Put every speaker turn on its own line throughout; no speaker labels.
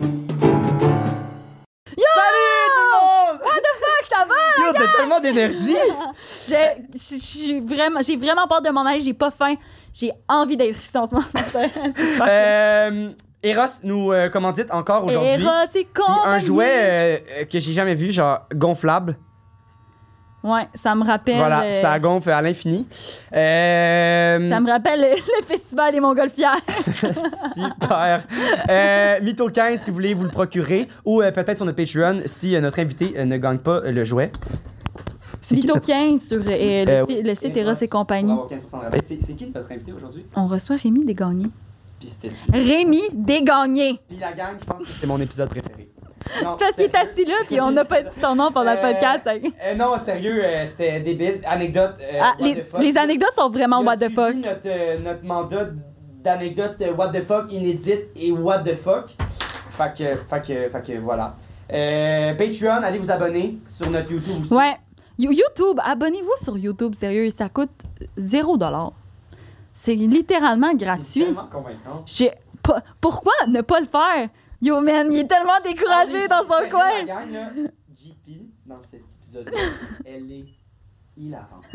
d'énergie.
J'ai je- je suis vraiment, j'ai vraiment peur de mon âge, j'ai pas faim. J'ai envie d'être ici en ce moment.
Euh, Eros nous euh, commandite encore aujourd'hui.
Eros et
Puis
compagnie.
un jouet euh, euh, que j'ai jamais vu, genre gonflable.
Ouais, ça me rappelle.
voilà,
euh,
ça gonfle à l'infini. Euh,
ça me rappelle euh, le festival des montgolfières.
Super. Euh, Mytho 15, si vous voulez vous le procurer, ou euh, peut-être sur notre Patreon si euh, notre invité euh, ne gagne pas euh, le jouet. C'est qui
Vito
notre-
15 sur euh, le,
Euh,
fi- le site Eros et compagnie.
Pour avoir 15% de rabais. C'est c'est qui notre invité aujourd'hui?
On reçoit Rémi Desgagnés.
Puis c'était-
Rémi Desgagnés!
Puis la gang, je pense que c'est mon épisode préféré. Non,
Parce qu'il est
sérieux.
assis là, puis on n'a pas dit son nom pendant le
Euh,
podcast. hein.
Euh, non, sérieux, euh, c'était débile. Anecdote. euh,
Ah,
what
les,
the fuck.
les anecdotes sont
Il a
vraiment what the
suivi
fuck.
Notre, euh, notre mandat d'anecdotes euh, what the fuck inédite et what the fuck. Fait que, fait que, fait que voilà. Euh, Patreon, allez vous abonner sur notre YouTube aussi.
Ouais. You- YouTube, abonnez-vous sur YouTube, sérieux, ça coûte 0 dollar. C'est littéralement
C'est
gratuit.
tellement convaincant.
J'ai pas- pourquoi ne pas le faire? Yo man, il est tellement découragé dans son
Sérieux,
coin.
La gang, là, JP, dans cet épisode elle est hilarante.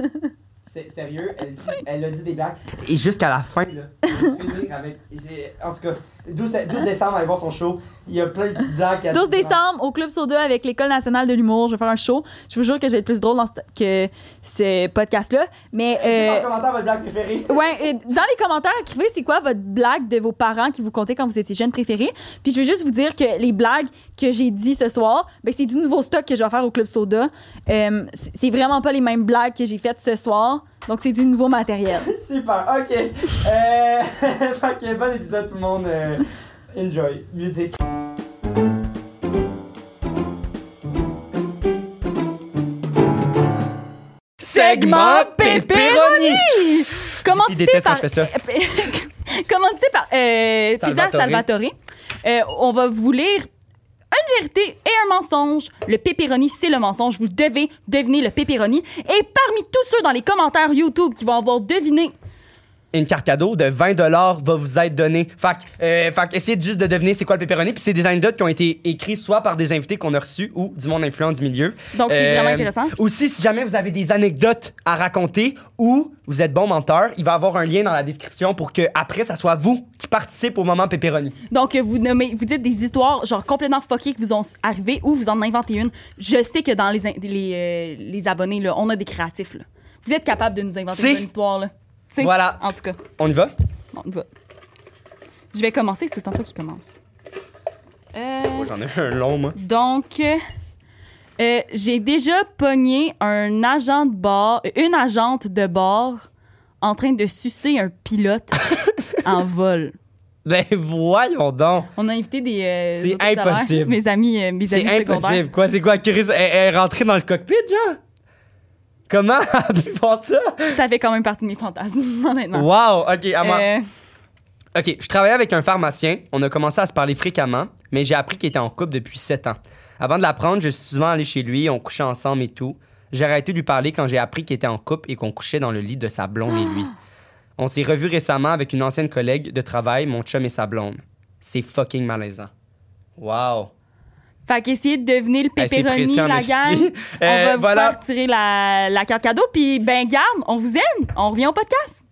C'est- Sérieux, elle, dit- elle a dit des blagues. Et jusqu'à la fin, là, je vais finir avec. j'ai- En tout cas, 12, 12 décembre, allez voir son show. Il y a plein de petites blagues. qu'elle
12
dit.
décembre, au Club Soda avec l'École nationale de l'humour, je vais faire un show. Je vous jure que je vais être plus drôle dans ce, que ce podcast-là. Mais
Dites-moi
euh,
En commentaire, votre blague préférée.
Ouais, et dans les commentaires, écrivez c'est quoi votre blague de vos parents qui vous comptaient quand vous étiez jeune préférée. Puis je veux juste vous dire que les blagues que j'ai dit ce soir, ben, c'est du nouveau stock que je vais faire au Club Soda. Euh, c'est c'est vraiment pas les mêmes blagues que j'ai faites ce soir. Donc c'est du nouveau matériel.
Super, ok. Euh... fait que bon épisode tout le monde. Euh, Enjoy. Musique.
Segment pepperoni. Commandité
déteste
par...
quand je fais
Commandité par euh, Pizza
Salvatore.
Salvatore. Euh, on va vous lire une vérité et un mensonge. Le pepperoni, c'est le mensonge. Vous devez deviner le pepperoni. Et parmi tous ceux dans les commentaires YouTube qui vont avoir deviné
Une carte cadeau de 20 va vous être donnée. Fait que, euh, fait que essayez juste de deviner c'est quoi le pepperoni. Puis c'est des anecdotes qui ont été écrites soit par des invités qu'on a reçus ou du monde influent du milieu.
Donc, c'est
Euh,
vraiment intéressant.
Aussi, si jamais vous avez des anecdotes à raconter ou vous êtes bon menteur, il va y avoir un lien dans la description pour que après, ça soit vous qui participe au moment pepperoni.
Donc, euh, vous, nommez, vous dites des histoires genre complètement fuckées qui vous ont arrivé ou vous en inventez une. Je sais que dans les, in- les, euh, les abonnés, là, on a des créatifs. Là. Vous êtes capable de nous inventer
C'est-
une bonne histoire. Là. C'est-
Voilà.
En tout cas,
On y va?
bon, on y va. Je vais commencer, c'est tout le temps toi qui commence. Euh,
Oh, j'en ai un long, moi.
donc, euh, euh, j'ai déjà pogné un agent de bord, euh, une agente de bord en train de sucer un pilote en vol.
Ben voyons donc.
On a invité des. euh,
C'est
observateurs,
impossible.
Mes amis, euh, mes amis
C'est
secondaires.
impossible. Quoi, c'est quoi, Chris? Elle, elle est rentrée dans le cockpit, genre? Comment elle a pu faire ça?
Ça fait quand même partie de mes fantasmes, honnêtement.
Wow, ok, à moi.
Euh,
Ok, je travaillais avec un pharmacien. On a commencé à se parler fréquemment, mais j'ai appris qu'il était en couple depuis 7 ans. Avant de l'apprendre, je suis souvent allé chez lui, on couchait ensemble et tout. J'ai arrêté de lui parler quand j'ai appris qu'il était en couple et qu'on couchait dans le lit de sa blonde et lui. On s'est revus récemment avec une ancienne collègue de travail, mon chum et sa blonde. C'est fucking malaisant. Wow.
fait qu'essayer de devenir le
Hey, c'est
pepperoni,
précis en
la
esti.
gang. On
Euh,
va vous
voilà.
faire tirer la, la carte cadeau. Puis, ben, garde, on vous aime. On revient au podcast.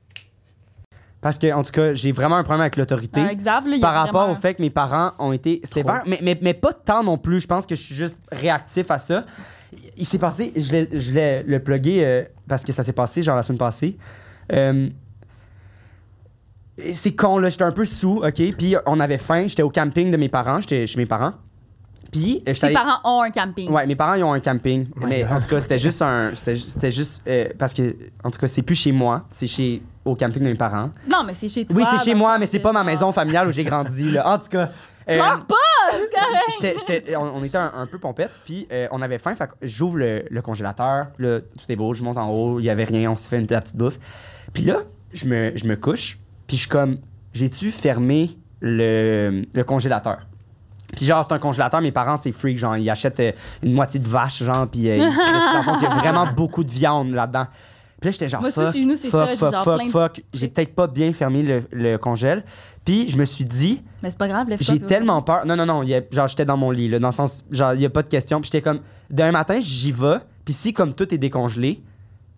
Parce que, en tout cas, j'ai vraiment un problème avec l'autorité.
Euh, Xav, là, il y a
par rapport
vraiment-
au fait que mes parents ont été sévères, mais, mais, mais pas tant non plus. Je pense que je suis juste réactif à ça. Il- Il s'est passé, je l'ai- je l'ai le plugué euh, parce que ça s'est passé, genre la semaine passée. Euh, et c'est con, là, j'étais un peu sous, OK? Puis on avait faim, j'étais au camping de mes parents, j'étais chez mes parents. Puis euh, j'étais
Tes
allé-
parents ont un camping.
Ouais, mes parents ils ont un camping,
Ouais.
mais en tout cas, c'était juste un c'était ju- c'était juste euh, parce que en tout cas, c'est plus chez moi, c'est chez au camping de mes parents.
Non, mais c'est chez toi.
Oui, c'est chez
donc,
moi, mais c'est pas ma maison familiale où j'ai grandi. là. En tout cas. euh,
Pleure pas, c'est correct.
j'étais- j'étais- on, on était un, un peu pompette, puis euh, on avait faim. Fait que j'ouvre le, le congélateur, là, tout est beau, je monte en haut, il y avait rien, on se fait une, la petite bouffe. Puis là, je me, je me couche, puis je suis comme, j'ai-tu fermé le, le congélateur? Puis genre, c'est un congélateur, mes parents, c'est freak, genre, ils achètent euh, une moitié de vache, genre, puis euh, ils crissent dans le fond, il y a vraiment beaucoup de viande là-dedans. Puis là, j'étais genre,
Moi aussi,
fuck,
chez nous, c'est
fuck,
ça, j'ai
fuck,
genre
fuck,
plein de-
fuck, j'ai peut-être pas bien fermé le, le congèle. Puis je me suis dit,
Mais c'est pas grave, lève-toi,
j'ai
toi.
tellement peur. Non, non, non. il y a- genre, j'étais dans mon lit, là, dans le sens, genre, il n'y a pas de question. Puis j'étais comme, d'un matin, j'y vais, Puis si, comme tout est décongelé,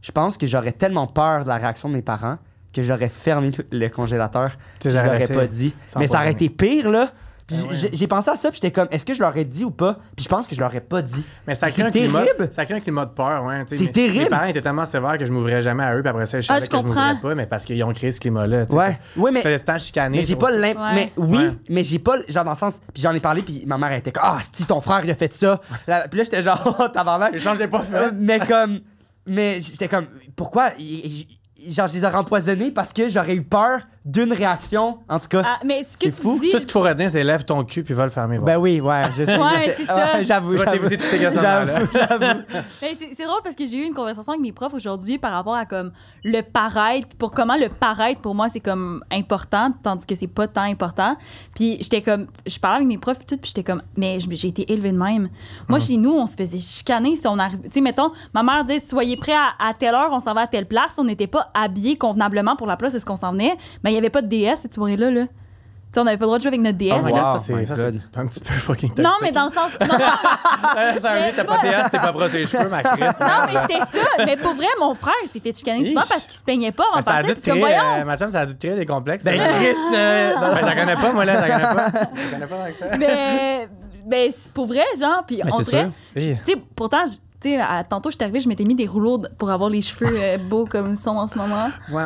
je pense que j'aurais tellement peur de la réaction de mes parents que j'aurais fermé le- le congélateur.
Tu
Je
les aurais
l'aurais
laissés
pas dit.
sans
Mais ça aurait
poisonner.
été pire, là. Puis
Ben ouais.
j'ai- J'ai pensé à ça, puis j'étais comme, est-ce que je l'aurais dit ou pas? Puis je pense que je l'aurais pas dit.
Mais ça
C'est
crée, un climat,
terrible.
ça crée un climat de peur. Ouais, tu sais,
C'est
mes-
terrible.
Mes parents étaient tellement sévères que je m'ouvrais jamais à eux, puis après ça, je savais
Ah, je
que je m'ouvrais
comprends.
pas, mais parce qu'ils ont créé ce climat-là. tu sais,
Ouais.
que-
Ouais, mais-
Tu fais le temps chicaner.
Mais j'ai
tu-
pas l'im-
Ouais.
Mais oui,
Ouais.
mais j'ai pas. l- Genre, dans le sens. Puis j'en ai parlé, puis ma mère elle était comme Ah, si ton frère, il a fait ça. Là, puis là, j'étais genre, oh, tabarnak.
Je change, je l'ai pas fait.
Euh, mais comme. Mais j'étais comme. Pourquoi Il- j- Genre, je les aurais empoisonnés parce que j'aurais eu peur d'une réaction. En tout cas.
Ah, mais ce que
C'est
tu
fou.
dis,
Tout ce qu'il faut retenir, c'est lève ton cul puis va le fermer. va.
Ben oui, ouais, je sais.
Ouais,
j'étais-
c'est ça.
J'avoue.
Tu vas
j'avoue.
t'éviter tous ces gazonnades,
J'avoue, j'avoue.
Ben, c'est c'est drôle parce que j'ai eu une conversation avec mes profs aujourd'hui par rapport à comme le paraître, puis pour comment le paraître pour moi c'est comme important, tandis que c'est pas tant important. Puis j'étais comme, je parlais avec mes profs puis tout, puis j'étais comme, mais je- j'ai été élevée de même.
Hum.
Moi chez nous on se faisait chicaner si on arrivait, tu sais mettons, ma mère disait soyez prêts à, à telle heure on s'en va à telle place, on n'était pas habillés convenablement pour la place de ce qu'on s'en venait, mais il y avait pas de DS cette soirée là là. Tu sais on n'avait pas le droit de jouer avec notre DS.
Oh my God,
Wow,
ça, c'est-
my
ça, c'est
God.
un petit peu fucking
non
toxique.
mais dans le sens, non, non,
Ah, C'est un
Mais
vide, t'as
pas-
pas théâtre, t'es pas proche des cheveux, ma Chris.
Non, mais c'était ça. Mais pour vrai, mon frère, il s'était chicané souvent
Hi.
parce qu'il se peignait pas avant
Mais
de
ça a
partir.
dû te
Puis comme,
créer,
voyons.
euh, ma chum, ça a dû te créer des complexes.
Ben,
ça.
Chris, euh, non,
Ben, t'en connais pas, moi, là, t'en connais pas. T'en connais pas avec ça.
Mais, ben, c'est pour vrai, genre, puis on
c'est
dirait.
sûr.
Oui.
Tu sais, pourtant, je- tu sais, à- tantôt, je suis arrivée, je m'étais mis des rouleaux de- pour avoir les cheveux euh, beaux comme ils sont en ce moment
Wow.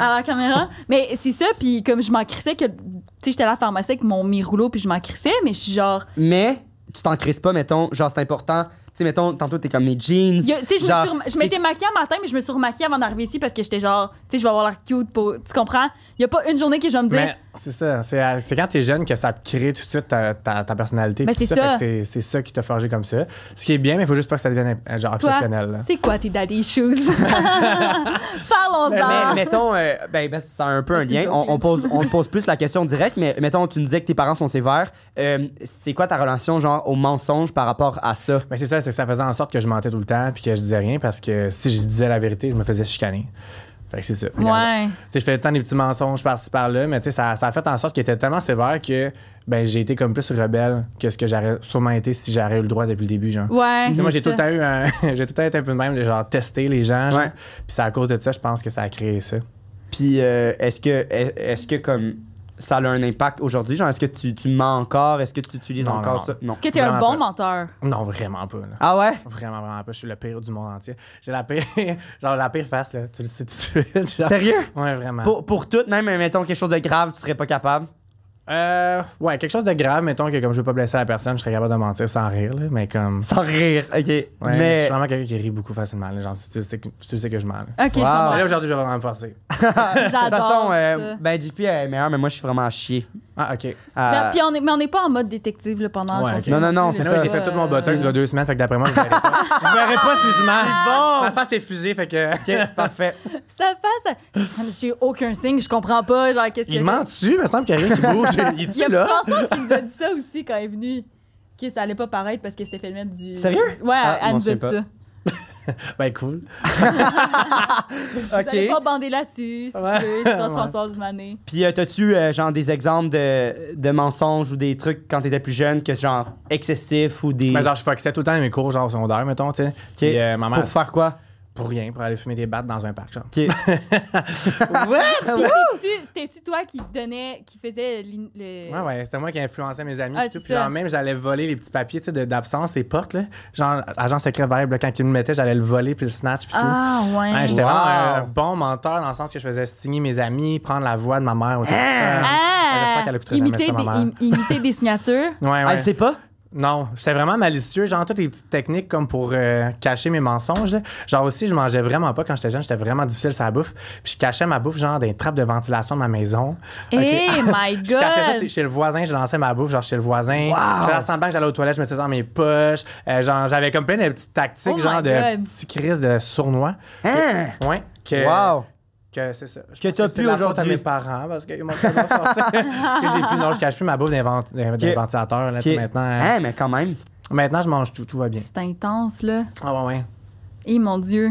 à la caméra. Mais c'est ça, puis comme je m'en crissais que. Tu sais, j'étais à la pharmacie avec mon, mes rouleaux, puis je m'en crissais, mais je suis genre.
Mais tu t'en crises pas, mettons. Genre, c'est important. Tu sais, mettons, tantôt, t'es comme mes jeans.
Il y a- Tu sais, je me
Genre,
suis rem- je
c'est-
m'étais maquillée un matin, mais je me suis remaquillée avant d'arriver ici parce que j'étais genre, tu sais, je vais avoir l'air cute pour. Tu comprends? Il y a pas une journée que je vais me dire.
Mais c'est ça, c'est à- c'est quand t'es jeune que ça te crée tout de suite ta, ta, ta personnalité.
Ben,
puis
c'est
tout
ça.
fait que C'est c'est ça qui t'a forgé comme ça. Ce qui est bien, mais il faut juste pas que ça devienne euh, genre
Toi,
obsessionnel. là.
c'est quoi tes daddy shoes? Parlons-en.
Mais mettons, euh, ben, ben, ça a un peu un
Ah. C'est
lien.
une
On,
joke.
on pose, on pose plus la question directe, mais mettons, tu nous disais que tes parents sont sévères. Euh, c'est quoi ta relation, genre, au mensonge par rapport à ça?
Mais Ben, c'est ça, c'est que ça faisait en sorte que je mentais tout le temps puis que je disais rien parce que si je disais la vérité, je me faisais chicaner. Fait que c'est ça.
Ouais.
Tu sais, je faisais tant des petits mensonges par-ci par-là, mais tu sais, ça, ça a fait en sorte qu'il était tellement sévère que ben, j'ai été comme plus rebelle que ce que j'aurais sûrement été si j'aurais eu le droit depuis le début. Genre.
Ouais.
Tu sais, moi, j'ai
c'est
tout le
ça.
temps eu un. j'ai tout le temps été un peu de même de genre tester les gens. genre.
Ouais.
Puis c'est à cause de ça, je pense que ça a créé ça.
Puis, euh, est-ce que, est-ce que, comme, ça a un impact aujourd'hui? Genre, est-ce que tu, tu mens encore? Est-ce que tu utilises
Non, non,
encore
non.
ça? Non.
Est-ce que t'es un
Vraiment
bon
pas.
menteur?
Non, vraiment pas. là.
Ah ouais?
Vraiment, vraiment pas. Je suis le pire du monde entier. J'ai la pire. genre la pire face, là. Tu le sais tout de suite. genre.
Sérieux?
Ouais, vraiment.
Pour, pour tout, même, euh, mettons, quelque chose de grave, tu serais pas capable?
Euh, ouais, quelque chose de grave, mettons que comme je veux pas blesser la personne, je serais capable de mentir sans rire, là, mais comme.
Sans rire, OK.
Ouais, Je suis
mais...
vraiment quelqu'un qui rit beaucoup facilement. là, genre, tu tu sais, que- tu sais que je mens. là.
Ok, je
Wow.
Mais là,
comprends.
aujourd'hui, je vais vraiment me forcer.
De
J'adore.
toute façon, euh,
ça.
ben, JP est meilleur, mais moi, je suis vraiment à chier.
Ah, ok.
Euh,
Ben, puis on est, mais on n'est pas en mode détective là, pendant.
Ouais,
qu'on
ok.
fait
Non, non, non,
le
c'est
jeu,
ça.
J'ai fait tout mon
euh,
botox il y a deux semaines, fait que d'après moi, je verrai pas. je verrai pas si je mens. Ma face est fusée, fait que.
OK, parfait.
Ça passe. à- Ah, J'ai aucun signe, je comprends pas. Genre, qu'est-ce que.
Il ment-tu? Il me semble qu'il y a rien qui bouge. Il
Il y a
est-tu là?
Françoise qui nous a dit ça aussi quand elle est venue. Que ça allait pas paraître parce que c'était fait mettre du.
Sérieux?
Ouais,
Ah,
elle
m'en
nous a dit
souviens
ça.
Ben, cool.
Vous allez
OK.
pas bander là-dessus, si tu
Ouais.
veux. Je pense
Ouais.
Françoise Mané.
Puis euh, t'as-tu euh, genre des exemples de, de mensonges ou des trucs quand t'étais plus jeune que c'est genre excessif ou des
Ben, genre, je foxais tout le temps à mes cours, genre au secondaire, mettons, tu sais. Puis, euh, ma mère,
pour faire quoi
pour rien, pour aller fumer des battes dans un parc, genre.
Ok.
Ah
Puis c'était-tu- C'était-tu toi qui donnais, qui faisais l'in- le.
Ouais, ouais, c'était moi qui influençais mes amis.
Ah,
et tout.
c'est
Puis genre,
ça.
même, j'allais voler les petits papiers tu sais, de- d'absence, les portes, là. Genre, agent secret vibe, là, quand ils me mettaient, j'allais le voler, puis le snatch, puis tout.
Ah, ouais.
Ouais, J'étais
Wow.
vraiment un bon menteur dans le sens que je faisais signer mes amis, prendre la voix de ma mère au téléphone.
Ah!
J'espère qu'elle écoutera jamais
imiter
ça, ma mère.
des, im- imiter des signatures.
Ouais,
Ah,
ouais.
je sais pas.
Non, j'étais vraiment malicieux, genre toutes les petites techniques comme pour euh, cacher mes mensonges. là. Genre aussi, je mangeais vraiment pas quand j'étais jeune, j'étais vraiment difficile sur la bouffe. Puis je cachais ma bouffe genre dans les trappes de ventilation de ma maison.
Eh
Ok.
my
Je cachais ça
God!
c'est- chez le voisin, je lançais ma bouffe genre chez le voisin.
Wow!
Je faisais semblant que j'allais aux toilettes, je mettais ça dans mes poches. Euh, genre j'avais comme plein de petites tactiques
Oh my
genre de
God.
petits crises de sournois.
Hein?
Ouais. Que,
Wow.
que c'est ça. Je
Que
pense
t'as
c'est
pu
de la faute
aujourd'hui.
à mes parents parce qu'ils m'ont tellement forcé que j'ai plus non, je cache plus ma bouffe dans les vent- dans les
Ok.
ventilateurs là, tu sais,
Ok.
maintenant. euh,
Hein, mais quand même.
Maintenant je mange tout, tout va bien.
C'est intense, là.
Ah ouais ouais.
Eh mon Dieu.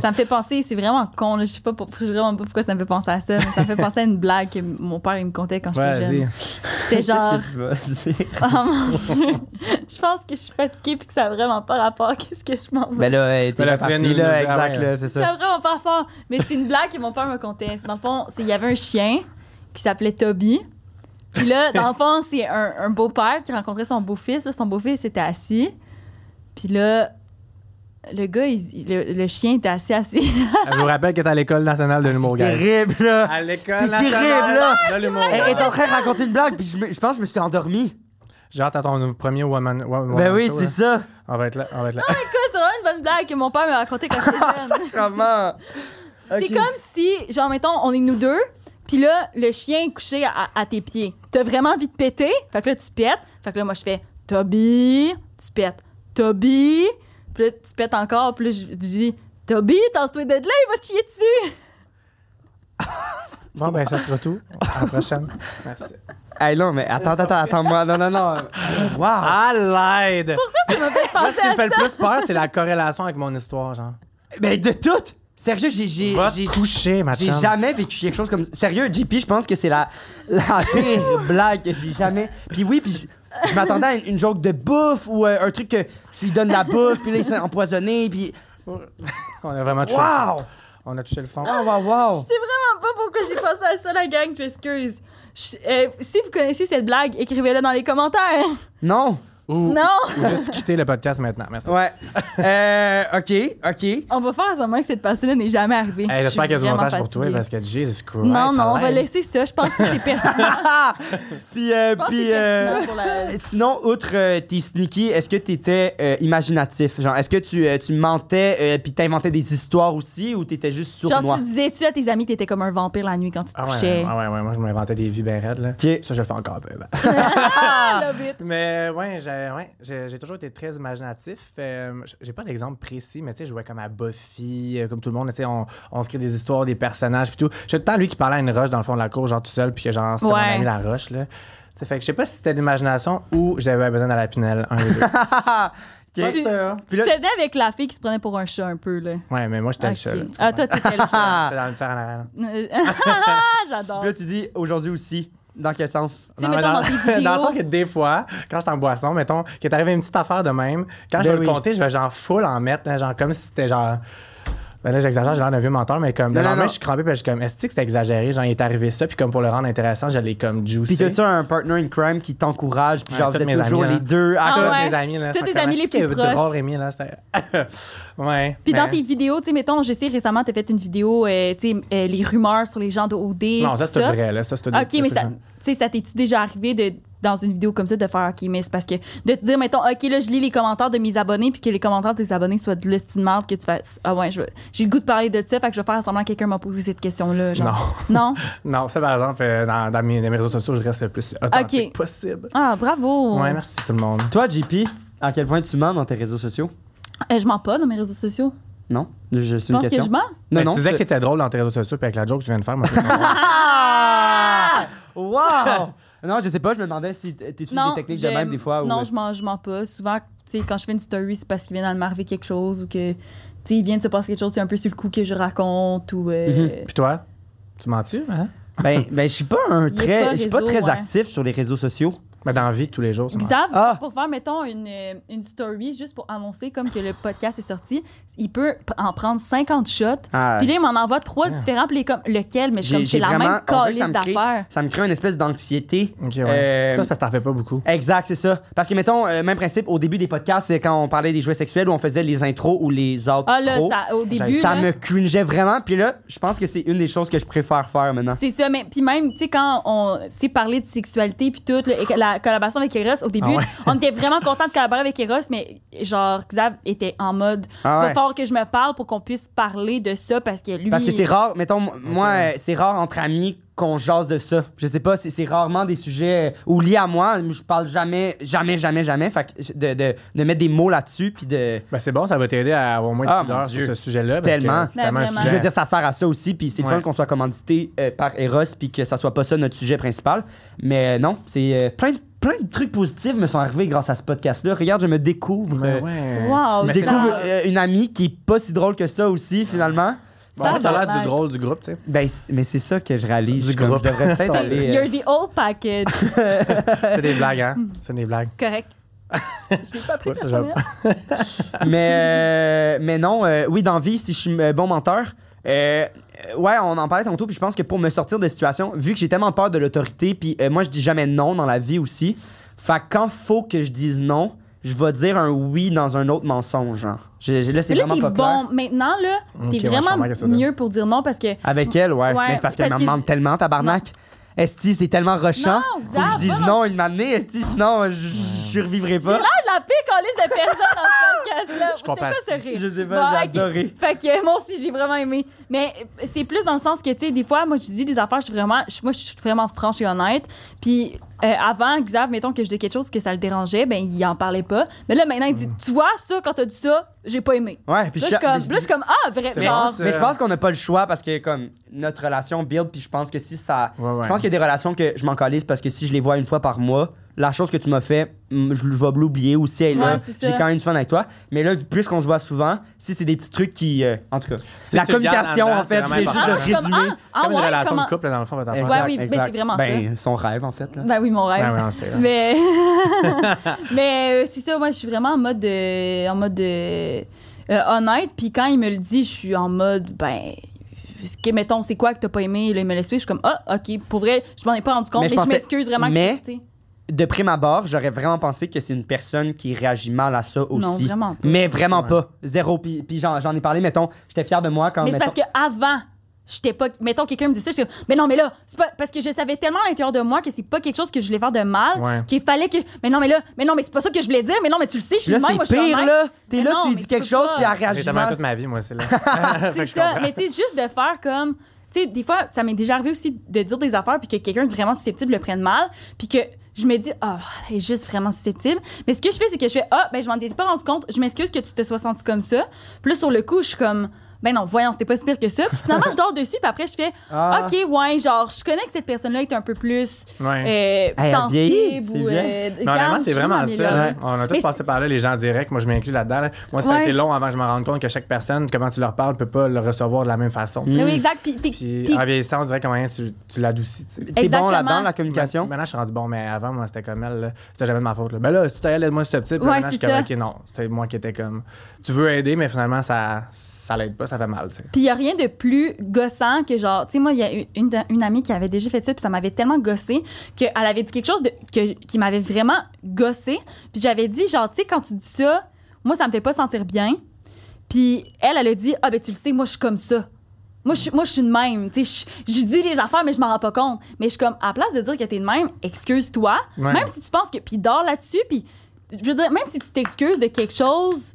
Ça me fait penser, c'est vraiment con. là. Je sais pas, pour- je sais vraiment pas pourquoi ça me fait penser à ça, mais ça me fait penser à une blague que mon père il me contait quand j'étais jeune.
vas-y.
C'était genre,
Qu'est-ce que tu vas dire?
oh mon Dieu, je pense que je suis fatiguée puis que ça a vraiment pas rapport à ce que je m'en vais.
Ben là, euh, t'es
Ben là,
pas
tu viens de
parti,
nous-
là,
nous dire, ah
exact,
ouais.
là, c'est
Ça
ça.
a vraiment pas rapport. Mais c'est une blague que mon père me contait. Dans le fond, c'est- il y avait un chien qui s'appelait Toby. Puis là, dans le fond, c'est un, un beau-père qui rencontrait son beau-fils. là. Son beau-fils était assis. Puis là, le gars, il- il- le, le chien était assis, assis.
Je vous rappelle qu'elle est à l'École nationale de l'humour,
Ah, C'est
gars. Ah,
terrible, là.
À l'École
C'est
nationale
terrible, là. Eh,
de l'humour.
Elle est en train de raconter une blague, puis je, me- je pense que je me suis endormi.
J'ai hâte à ton premier woman. wo- woman
ben oui,
show,
c'est
là.
ça.
On va être là, on va être là.
C'est vraiment une bonne blague que mon père me racontait quand j'étais
Ah,
jeune.
Sacrement.
C'est comme si, genre, mettons, on est nous deux, puis là, le chien est couché à, à tes pieds. T'as vraiment envie de péter, fait que là, tu pètes. Fait que là, moi, je fais Toby, tu pètes, Toby, puis là, tu pètes encore, puis là, je je dis Toby, tasse-toi de là, il va te chier dessus.
Bon, ben, ça sera tout. À la prochaine. Merci.
Hey, non, mais attends, attends, attends, moi, non, non, non. Wow.
À l'aide!
Ça m'a fait
Moi, ce
penser
qui me
à
fait
ça.
le plus peur, c'est la corrélation avec mon histoire, genre.
Mais de toutes. Sérieux, j'ai, j'ai,
Va
j'ai,
te coucher, ma
j'ai
chum.
jamais vécu quelque chose comme ça. Sérieux, JP, je pense que c'est la, la pire blague que j'ai jamais. Puis oui, puis je, je m'attendais à une, une joke de bouffe ou euh, un truc que tu lui donnes la bouffe, puis là, ils sont empoisonnés, puis.
On a vraiment touché le fond.
Wow! Ah,
On a touché le fond.
Wow, wow, wow!
Je sais vraiment pas pourquoi j'ai pensé à ça, la gang, je m'excuse. Je- euh, si vous connaissez cette blague, écrivez-la dans les commentaires.
Non!
Ou,
Non,
ou juste quitter le podcast maintenant. Merci.
Ouais. Euh, ok, ok.
on va faire seulement que cette personne-là n'est jamais arrivée.
Hey,
Je suis
J'espère qu'il y a du
vraiment
montage pour toi
fatiguée.
parce que Jesus Christ.
Non, non, on
ça
va
l'aide.
laisser ça. Je pense que c'est pertinent.
euh, Puis, euh,
Je pense que
puis
c'est
euh,
pertinent pour la-
sinon, outre euh, tes sneaky, est-ce que t'étais euh, imaginatif? Genre, est-ce que tu, euh, tu mentais euh, puis t'inventais des histoires aussi ou t'étais juste
Genre,
sournois?
tu disais-tu à tes amis que t'étais comme un vampire la nuit quand tu te
Ah ouais,
couchais?
ah ouais, ouais, moi je m'inventais des vies bien raides. Là.
Ok.
Ça, je le fais encore un peu. ben.
Ah, love it.
Mais ouais, j'ai ouais, j'ai- j'ai toujours été très imaginatif. Euh, j'ai pas d'exemple précis, mais tu sais, je jouais comme à Buffy, euh, comme tout le monde. Tu sais, on, on se crée des histoires, des personnages, puis tout. J'ai tout le temps lui qui parlait à une roche dans le fond de la cour, genre tout seul, puis que genre, c'était
Ouais.
mon ami la roche, là. Tu sais, fait que je sais pas si c'était de l'imagination ou j'avais besoin d'aller à la Pinel, un des deux.
Ok.
Pas sûr.
Puis
Tu
là-
t'aidais avec la fille qui se prenait pour un chat un peu, là.
Ouais, mais moi, j'étais
Ah,
le seul.
ok. Ah, toi, t'étais le chat.
Ah.
J'étais dans le tiers en arrière, là.
Ah, J'adore.
Puis là, tu dis aujourd'hui aussi. Dans quel sens?
Tu sais,
Non, mais
mettons dans
dans,
tes
dans le
vidéos.
sens que des fois, quand je suis en boisson, mettons, qu'il est arrivé une petite affaire de même, quand je
Ben
vais
oui.
le compter, je vais genre full en mettre, là, genre comme si c'était genre. Ben là, j'exagère, j'ai l'air d'un vieux menteur, mais comme.
Non,
Le
non,
lendemain,
non.
je suis crampé, puis je suis comme, est-ce que c'était exagéré? Genre, il est arrivé ça, puis comme pour le rendre intéressant, j'allais comme juicer.
Puis t'as-tu un partner in crime qui t'encourage, puis
Ouais,
genre,
tous
vous êtes
mes amis, hein.
toujours
là.
les deux à
Ah
Tous
ouais.
mes amis, là.
Tous
sont
tes
comme,
amis les
est-ce qu'il y a
plus
de rares
proches.
amis, là. c'était- ouais. Ben,
Puis dans
mais-
tes vidéos, tu sais, mettons, je sais récemment, t'as fait une vidéo, euh, tu sais, euh, les rumeurs sur les gens de OD.
Non, ça,
tout
c'est tout vrai, là. Ça, c'est tout
OK,
tout
mais
tout
ça, tu sais, ça t'es-tu déjà arrivé de dans une vidéo comme ça de faire OK, mais c'est parce que de te dire mettons OK là je lis les commentaires de mes abonnés puis que les commentaires de tes abonnés soient de l'estime que tu fasses ah ouais, je veux- j'ai le goût de parler de ça fait que je vais faire semblant que quelqu'un m'a posé cette question là Non.
Non, ça, par exemple, euh, dans, dans mes, dans mes réseaux sociaux, je reste le plus authentique
Ok.
possible.
Ah bravo.
Ouais, merci tout le monde.
Toi, JP, à quel point tu mens dans tes réseaux sociaux?
Euh, je mens pas dans mes réseaux sociaux.
Non? Je, je-
Tu
c'est une
penses que
question.
je mens
Non,
Ben,
non.
euh,
Tu disais
c'est-
que t'étais drôle dans tes réseaux sociaux, puis avec la joke que tu viens de faire, moi, je-
Ah! Wow! non, je sais pas, je me demandais si t- t'es sur des techniques de
je-
même des fois. ou- euh?
Non, je mens, je mens pas. Souvent, tu sais, quand je fais une story, c'est parce qu'il vient d'en m'arriver quelque chose ou que tu sais, il vient de se passer quelque chose, c'est un peu sur le coup que je raconte ou euh,
Mhm.
Puis toi, tu mens-tu? Hein?
Ben, ben je suis pas un
Il est
très,
pas
je suis pas
réseau,
très
ouais.
actif sur les réseaux sociaux.
Mais Ben, dans la vie de tous les jours, tu mens.
Xav,
Ah.
pour faire, mettons, une, euh, une story juste pour annoncer comme que le podcast est sorti, il peut p- en prendre 50 shots.
Ah,
Puis là, il m'en envoie trois différents, puis il est comme lequel, mais je suis
j'ai-
comme,
j'ai
c'est la même
on dirait que
calice
ça me crée-
d'affaires.
Ça me crée une espèce d'anxiété.
Ok, ouais.
Euh,
Ça, c'est parce que t'en fais pas beaucoup.
Exact, c'est ça. Parce que, mettons, euh, même principe, au début des podcasts, c'est quand on parlait des jouets sexuels où on faisait les intros ou les outros.
Ah là, ça, au début,
Ça
là,
me cringeait vraiment. Puis là, je pense que c'est une des choses que je préfère faire maintenant.
c'est ça, mais puis même, tu sais, quand on tu sais, parlait de sexualité, puis tout, là, et que la collaboration avec Eros, au début,
Ah ouais.
on était vraiment content de collaborer avec Eros, mais genre, Xav était en mode,
Ah
il va
ouais.
falloir que je me parle pour qu'on puisse parler de ça, parce que lui.
Parce que c'est rare, mettons, m- moi, euh, c'est rare entre amis qu'on jase de ça. Je sais pas, c'est, c'est rarement des sujets euh, ou liés à moi. Je parle jamais, jamais, jamais, jamais. Fait que de, de, de mettre des mots là-dessus, puis de.
Ben, c'est bon, ça va t'aider à avoir moins
Ah,
de pudeur
mon Dieu.
sur ce sujet-là. parce que
Tellement.
c'est tellement un
Ben, vraiment.
Je veux
sujet.
dire, ça sert à ça aussi, puis c'est le fun
Ouais.
qu'on soit commandité euh, par Eros, puis que ça soit pas ça notre sujet principal. Mais euh, non, c'est euh, plein de plein de trucs positifs me sont arrivés grâce à ce podcast-là. Regarde, je me découvre. euh,
Ben ouais.
Wow,
Je
Mais
découvre
Oh, c'est-
euh, une amie qui est pas si drôle que ça aussi, finalement.
Bon, moi, t'as l'air
Tabarnak.
du drôle du groupe, tu sais.
Ben, c- mais c'est ça que je réalise.
Du
Je suis comme,
groupe.
Je devrais peut-être
Ça
aller. euh,
You're the old package.
C'est des blagues, hein? C'est des blagues.
Correct. Je l'ai pas pris
Ouais, ça,
personnel.
mais, euh, mais non, euh, oui, dans la vie, si je suis euh, bon menteur, euh, euh, ouais, on en parlait tantôt, puis je pense que pour me sortir de situation, vu que j'ai tellement peur de l'autorité, puis euh, moi, je dis jamais non dans la vie aussi. Fait que quand faut que je dise non, je vais dire un oui dans un autre mensonge, genre. Je- je- là, c'est
Mais là,
vraiment
t'es
pas
bon.
clair.
Maintenant, là,
Ok, ouais,
t'es
je
vraiment
comprends qu'est-ce que ça veut dire.
mieux pour dire non parce que.
Avec elle, ouais.
Ouais,
mais c'est parce qu'elle m'en
parce que
demande
je-
tellement, tabarnak. Esti, c'est tellement rushant.
Non,
faut que je
Zab,
dise
va
non une année, Esti, sinon euh, je- je je revivrai
J'ai l'air
pas.
de la pique en liste de personnes en podcast-là. C'était quoi
compatis.
ce rire?
Je sais
Bon,
pas,
ok.
j'ai adoré.
Fait que euh, moi aussi, j'ai vraiment aimé. Mais euh, c'est plus dans le sens que, tu sais, des fois, moi, je dis des affaires, je suis vraiment, je- moi, je suis vraiment franche et honnête. Puis euh, avant, Xav, mettons que je dis quelque chose que ça le dérangeait, ben, il en parlait pas. Mais là, maintenant, il dit, tu vois, ça, quand t'as dit ça, j'ai pas aimé.
Ouais, puis
Là, je suis
mais
comme,
je-
là, je suis comme, ah, vrai,
C'est
genre.
bon, ça.
Mais je pense qu'on n'a pas le choix parce que comme notre relation build puis je pense que si ça
Ouais, ouais.
je pense qu'il y a des relations que je m'en calise parce que si je les vois une fois par mois, la chose que tu m'as fait, mm, je vais l'oublier ou si elle est là,
Ouais, c'est ça.
j'ai quand même une fun avec toi. Mais là puisqu'on se voit souvent, si c'est des petits trucs qui euh, en tout cas,
Si
la
tu le gardes
communication
en dedans,
en fait,
c'est
j'ai juste
vraiment
ah,
le
moi, je suis
résumé.
comme, ah, ah,
comme une
ouais,
relation
comment-
de couple, dans le fond, dans le fond.
Exact,
oui, ben,
exact.
c'est vraiment
Ben, son rêve en fait là.
Ben oui, mon rêve.
Ben ouais, on sait. là.
Mais, mais euh, c'est ça, moi, je suis vraiment en mode, euh, en mode euh, euh, honnête. Puis quand il me le dit, je suis en mode, ben, ce que, mettons, c'est quoi que t'as pas aimé? Là, il me l'explique. Je suis comme, ah, OK, pour vrai, je m'en ai pas rendu compte, mais,
Mais je
je,
pensais-
m'excuse vraiment. que-
mais-
tu sais.
De prime abord, j'aurais vraiment pensé que c'est une personne qui réagit mal à ça aussi.
vraiment pas.
Mais vraiment
Ouais.
pas. Zéro. Puis, puis j'en, j'en ai parlé, mettons, j'étais fier de moi quand.
Mais c'est
mettons-
parce qu'avant, j'étais pas. Mettons, quelqu'un me dit ça, je suis comme, mais non, mais là, c'est pas. Parce que je savais tellement à l'intérieur de moi que c'est pas quelque chose que je voulais faire de mal,
Ouais.
qu'il fallait que. Mais non, mais là, mais non, mais c'est pas ça que je voulais dire, mais non, mais tu le sais, je suis
Là,
de même, moi, je
c'est
suis
pire,
honnête.
là. T'es
Mais
là,
non,
tu lui
mais
dis
tu
quelque
peux
chose,
pas.
puis elle
J'ai
réagit
tellement
mal.
toute ma vie, moi, c'est là. Fait
C'est
que je
ça,
comprends.
mais tu sais, juste de faire comme. Tu sais, des fois, ça m'est déjà arrivé aussi de dire des affaires puis que quelqu'un de vraiment susceptible le prenne mal, puis que je me dis, ah, elle est juste vraiment susceptible. Mais ce que je fais, c'est que je fais, ah, ben, je m'en étais pas rendu compte, je m'excuse que tu te sois senti comme ça. Puis là, sur le coup, je suis comme, ben non, voyons, c'était pas si pire que ça. Puis finalement, je dors dessus, puis après, je fais,
Ah.
ok, ouais, genre, je connais que cette personne-là est un peu plus euh,
Ouais.
elle vieillit,
sensible
c'est
ou. euh,
bien.
Mais honnêtement,
calme,
c'est
je
vraiment
suis
ça.
là.
hein. On a tous
Mais
passé par là, les gens en direct. Moi, je m'inclus là-dedans. là. Moi, ça a
Ouais.
été long avant que je me rende compte que chaque personne, comment tu leur parles, peut pas le recevoir de la même façon. tu sais.
Mais Oui, exact. Mm. Puis, t'es-
Puis
t'es-
en vieillissant, on dirait comment tu, tu l'adoucis. tu sais.
T'es bon
Exactement.
là-dedans, la communication?
Maintenant, je suis rendu bon, mais avant, moi, c'était comme elle. là. C'était jamais de ma faute. Là. Ben là, tu t'aides, aide-moi ce petit. Puis là,
Ouais,
maintenant, je suis
c'est
comme,
ça.
ok, non. C'était moi qui étais comme, tu veux aider, mais finalement, ça, ça l'aide pas, ça fait mal. tu sais.
Puis il n'y a rien de plus gossant que genre, tu sais, moi, il y a une, une- une amie qui avait déjà fait ça, puis ça m'avait tellement gossé qu'elle avait dit quelque chose de- que- qui m'avait vraiment gossé. Puis j'avais dit, genre, tu sais, quand tu dis ça, moi, ça me fait pas sentir bien. Puis elle, elle a dit, ah ben tu le sais, moi, je suis comme ça. Moi, je suis- moi, je suis de même. Tu sais, je je dis les affaires, mais je m'en rends pas compte. Mais je suis comme, à place de dire que t'es de même, excuse-toi.
Ouais.
Même si tu penses que. Puis dors là-dessus, puis. Je veux dire, même si tu t'excuses de quelque chose,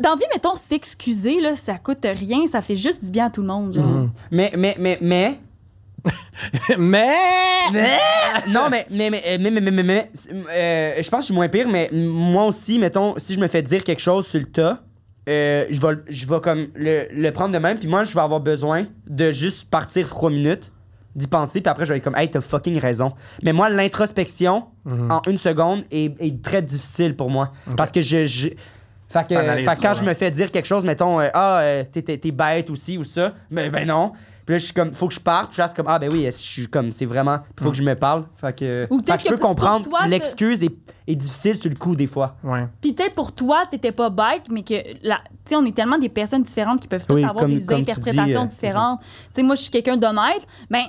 dans la vie, mettons, s'excuser, là, ça coûte rien, ça fait juste du bien à tout le monde. Genre.
Mhm. Mais, mais, mais, mais.
mais.
Mais! non, mais, mais, mais, mais, mais, mais, mais, mais, euh, je pense que je suis moins pire, mais moi aussi, mettons, si je me fais dire quelque chose sur le tas, euh, je vais, le- je vais comme le, le prendre de même, puis moi, je vais avoir besoin de juste partir trois minutes, d'y penser, puis après, je vais être comme, hey, t'as fucking raison. Mais moi, l'introspection,
Mhm.
en une seconde est, est très difficile pour moi. Parce que je. je- fait que,
T'analyses
fait que quand
trop, hein.
je me fais dire quelque chose, mettons, euh, ah, euh, t'es- t'es t'es bête aussi ou ça, ben, ben non. Puis là, je suis comme, faut que je parte. Puis là, c'est comme, ah, ben oui, je suis comme, c'est vraiment, faut que je me parle. Fait que,
Ou
fait
peut-être
que je
que
peux
pour
comprendre,
toi, ça-
l'excuse est, est difficile sur le coup, des fois.
Ouais.
Puis peut-être pour toi, t'étais pas bête, mais que, la- tu sais, on est tellement des personnes différentes qui peuvent toutes
Oui,
avoir
comme-
des
comme tu dis,
interprétations
euh, c'est ça.
différentes. Tu sais, moi, je suis quelqu'un d'honnête, mais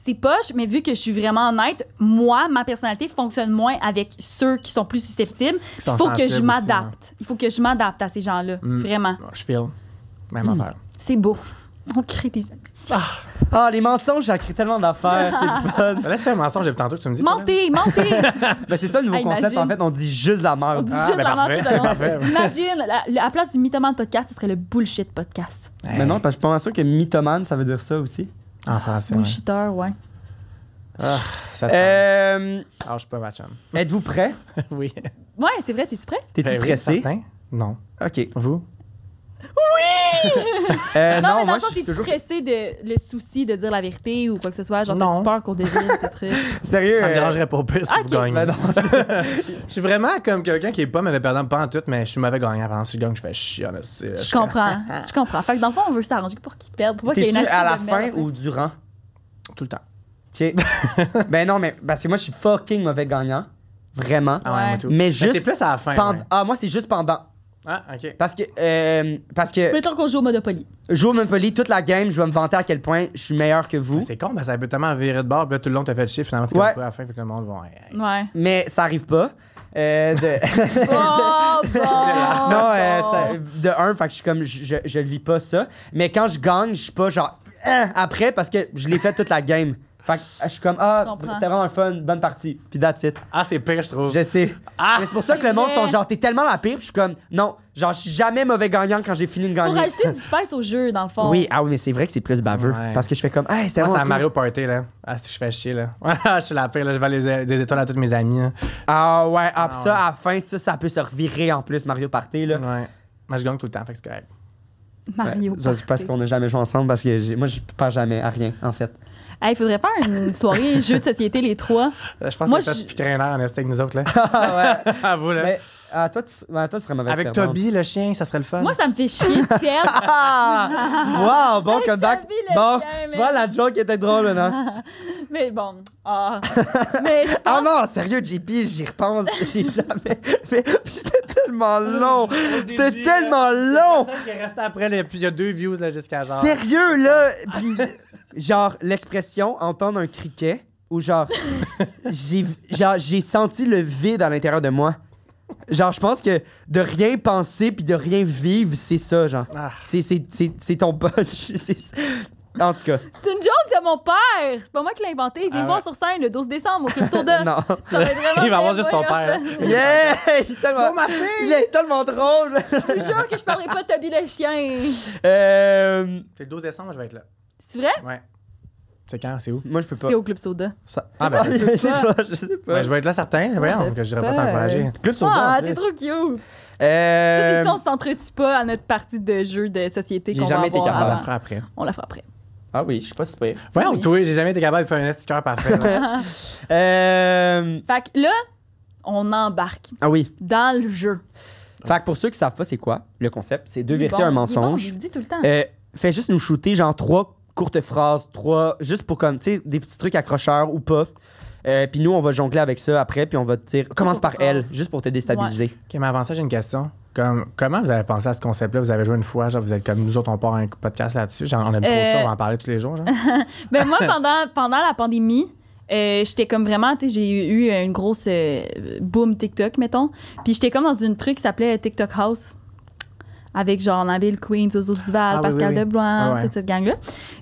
c'est poche, mais vu que je suis vraiment honnête, moi, ma personnalité fonctionne moins avec ceux qui sont plus susceptibles.
Qui sont
Il faut que
sensibles
je
aussi,
m'adapte.
hein.
Il faut que je m'adapte à ces gens-là,
Mm.
vraiment.
Je file. Même
Hmm.
affaire.
C'est beau. On crée des amitiés.
Ah, les mensonges, ça crée tellement d'affaires, c'est le fun.
Ben, Là, c'est un mensonge depuis tantôt que tu me dis. toi, là.
Mentez, mentez!
Ben, c'est ça le nouveau
Ah,
concept,
imagine.
en fait, on dit juste la
On
merde.
dit
Ah,
juste
ben
la
parfait,
menthe, alors.
parfait.
Imagine, la, la- à la place du mythomane podcast, ce serait le bullshit podcast.
Hey,
Mais non, parce que je suis pas mal sûr que mythomane, ça veut dire ça aussi.
En français. ouais.
Bullshitter, ouais.
Ah, ça te fait.
Euh,
Ah, je suis pas ma chum.
Êtes-vous prêt?
oui.
Ouais, c'est vrai, t'es-tu prêt?
T'es-tu
Ben oui,
stressé?
certain. Non.
Ok.
Vous?
Oui!
Euh,
non,
non,
mais dans
moi,
le fond,
je suis
t'es-tu
toujours.
stressé de le souci de dire la vérité ou quoi que ce soit? Genre,
Non.
t'as-tu peur qu'on devine tes trucs?
Sérieux.
Ça me
euh,
dérangerait pas au pire si
Ah,
vous
ok.
gagnez.
ben non, c'est ça.
Je suis vraiment comme quelqu'un qui est pas mauvais perdant, pas en tout, mais je suis mauvais gagnant. Par exemple, si je gagne, je fais chier. là, c'est-
Je comprends. Je comprends. Fait que dans le fond, on veut s'arranger pour qu'ils perdent. Pour pas qu'il y ait
T'es-tu
une
à la
attitude de
fin
merde.
ou durant?
Tout le temps.
Ok. ben non, mais parce que moi, je suis fucking mauvais gagnant. Vraiment.
Ah ouais,
Ouais.
moi tout.
Mais juste
C'est plus à la fin.
Pend-
ouais.
Ah, moi, c'est juste pendant.
Ah, ok.
Parce que, euh, parce que
Mettons qu'on joue au Monopoly.
jouer au Monopoly toute la game, je vais me vanter à quel point je suis meilleur que vous.
C'est con, ben, ça peut tellement virer de bord, puis là, tout le long, t'as fait chier, finalement, tu
Ouais.
comprends pas à la fin, puis que le monde va. Hey, hey.
Ouais.
Mais ça arrive pas. Euh, de...
Oh, bon,
non, euh,
Oh, bon.
ça- de un, fait que je suis comme, je, je, je le vis pas ça. Mais quand je gagne, je suis pas genre Hein après parce que je l'ai fait toute la game. Fait que je suis comme,
Je
ah,
comprends.
c'était vraiment le fun, bonne partie. Puis that's it.
Ah, c'est pire, je trouve.
Je sais.
Ah!
Mais c'est pour ça que le monde
Ouais.
sont genre, t'es tellement la pire, puis je suis comme, non, genre, je suis jamais mauvais gagnant quand j'ai fini de
Pour
gagner.
rajouter du spice au jeu, dans le fond.
Oui, ah oui, mais c'est vrai que c'est plus baveux.
Ouais.
Parce que je fais comme, hey, c'était
Moi, c'est
vraiment
à
cool.
Mario Party, là. Ah, si je fais chier, là. Ah, je suis la pire, là. Je vais les, des étoiles à tous mes amis. hein.
Ah ouais, ah, pis
Ah
ça,
ouais.
à la fin, ça, ça peut se revirer en plus, Mario Party. Là.
Ouais. Moi, je gagne tout le temps, fait que c'est correct.
Mario.
Ouais, ça, c'est parce
Party.
qu'on n'a jamais joué ensemble, parce que j'ai- moi, je pas jamais à rien, en fait.
Hey, faudrait faire une soirée jeu de société, les trois.
Euh, Je pense
Moi,
que
je-
c'est depuis un heure, on est avec nous autres, là.
Ah ouais.
à vous, là.
mais ah, toi, tu, ah, toi, tu serais mauvaise
avec
perdante.
Toby, le chien, ça serait le
Euh.
fun.
Moi, ça me fait chier de perdre.
Ah! Wow, bon
Avec
comeback.
Toby, le
bon,
chien,
tu
mais-
vois, la joke était drôle, non?
Mais bon. Ah. Mais je pense
Ah non, sérieux, JP, j'y repense, j'ai jamais... Mais, puis c'était tellement long! C'était
début,
tellement long!
qui est resté après, là, puis il y a deux views, là, jusqu'à genre.
Sérieux, là! Puis, genre, l'expression entendre un criquet, ou genre, j'ai genre, j'ai senti le vide à l'intérieur de moi. Genre, je pense que de rien penser puis de rien vivre, c'est ça, genre.
Ah.
C'est- C'est c'est- c'est ton punch. c'est- En tout cas,
C'est une joke de mon père. C'est pas moi qui l'ai inventé. Il venait
Ah
me voir
ouais.
sur scène le 12 décembre au Club Soda.
non.
Ça va être vraiment
Il va avoir
bien
juste son
voyant,
père,
ça.
là.
Yeah! Il est tellement, il est tellement drôle!
Je vous jure que je parlerai pas de Toby le chien.
Euh,
C'est le 12 décembre, je vais être là.
C'est vrai?
Ouais. C'est quand? C'est où?
moi, je peux pas.
C'est au Club Soda.
Ça- Ah, ben,
je sais pas, je sais pas.
ben, je vais être là, certain. Voyons,
the
que je dirais pas
fuck?
t'encourager.
Club Soda,
Ah,
en
t'es
plus.
trop cute. Ça, c'est
Euh,
si on s'entretue pas à notre partie de jeu de société
J'ai
qu'on va
jamais été
avoir
capable.
On la
avant.
fera après.
On la fera après.
Ah oui, je suis pas si pire.
Voyons,
Oui.
toi, j'ai jamais été capable de faire un sticker parfait. là.
Euh,
Fait que là, on embarque
ah oui.
dans le jeu.
Fait que pour ceux qui savent pas c'est quoi, le concept, c'est deux
Il est
vérités,
bon,
un
il est bon,
mensonge.
je le dis tout le temps.
Euh, fais juste nous shooter genre trois courtes phrases, trois juste pour comme tu sais des petits trucs accrocheurs ou pas. Euh, puis nous on va jongler avec ça après puis on va te dire commence par
courtes
elle
phrases.
juste pour te déstabiliser.
ok, mais avant ça, j'ai une question. Comme, comment vous avez pensé à ce concept-là? Vous avez joué une fois, genre, vous êtes comme nous autres, on part un podcast là-dessus. Genre, on aime trop ça,
Euh,
on va en parler tous les jours. Genre.
Ben moi, pendant, pendant la pandémie, euh, j'étais comme vraiment, tu sais, j'ai eu une grosse euh, boom TikTok, mettons. Puis j'étais comme dans une truc qui s'appelait TikTok House. Avec genre Nabil Queen, Zozo Duval,
Ah oui,
Pascal
oui, oui.
Deblois,
Ah ouais.
toute cette gang-là.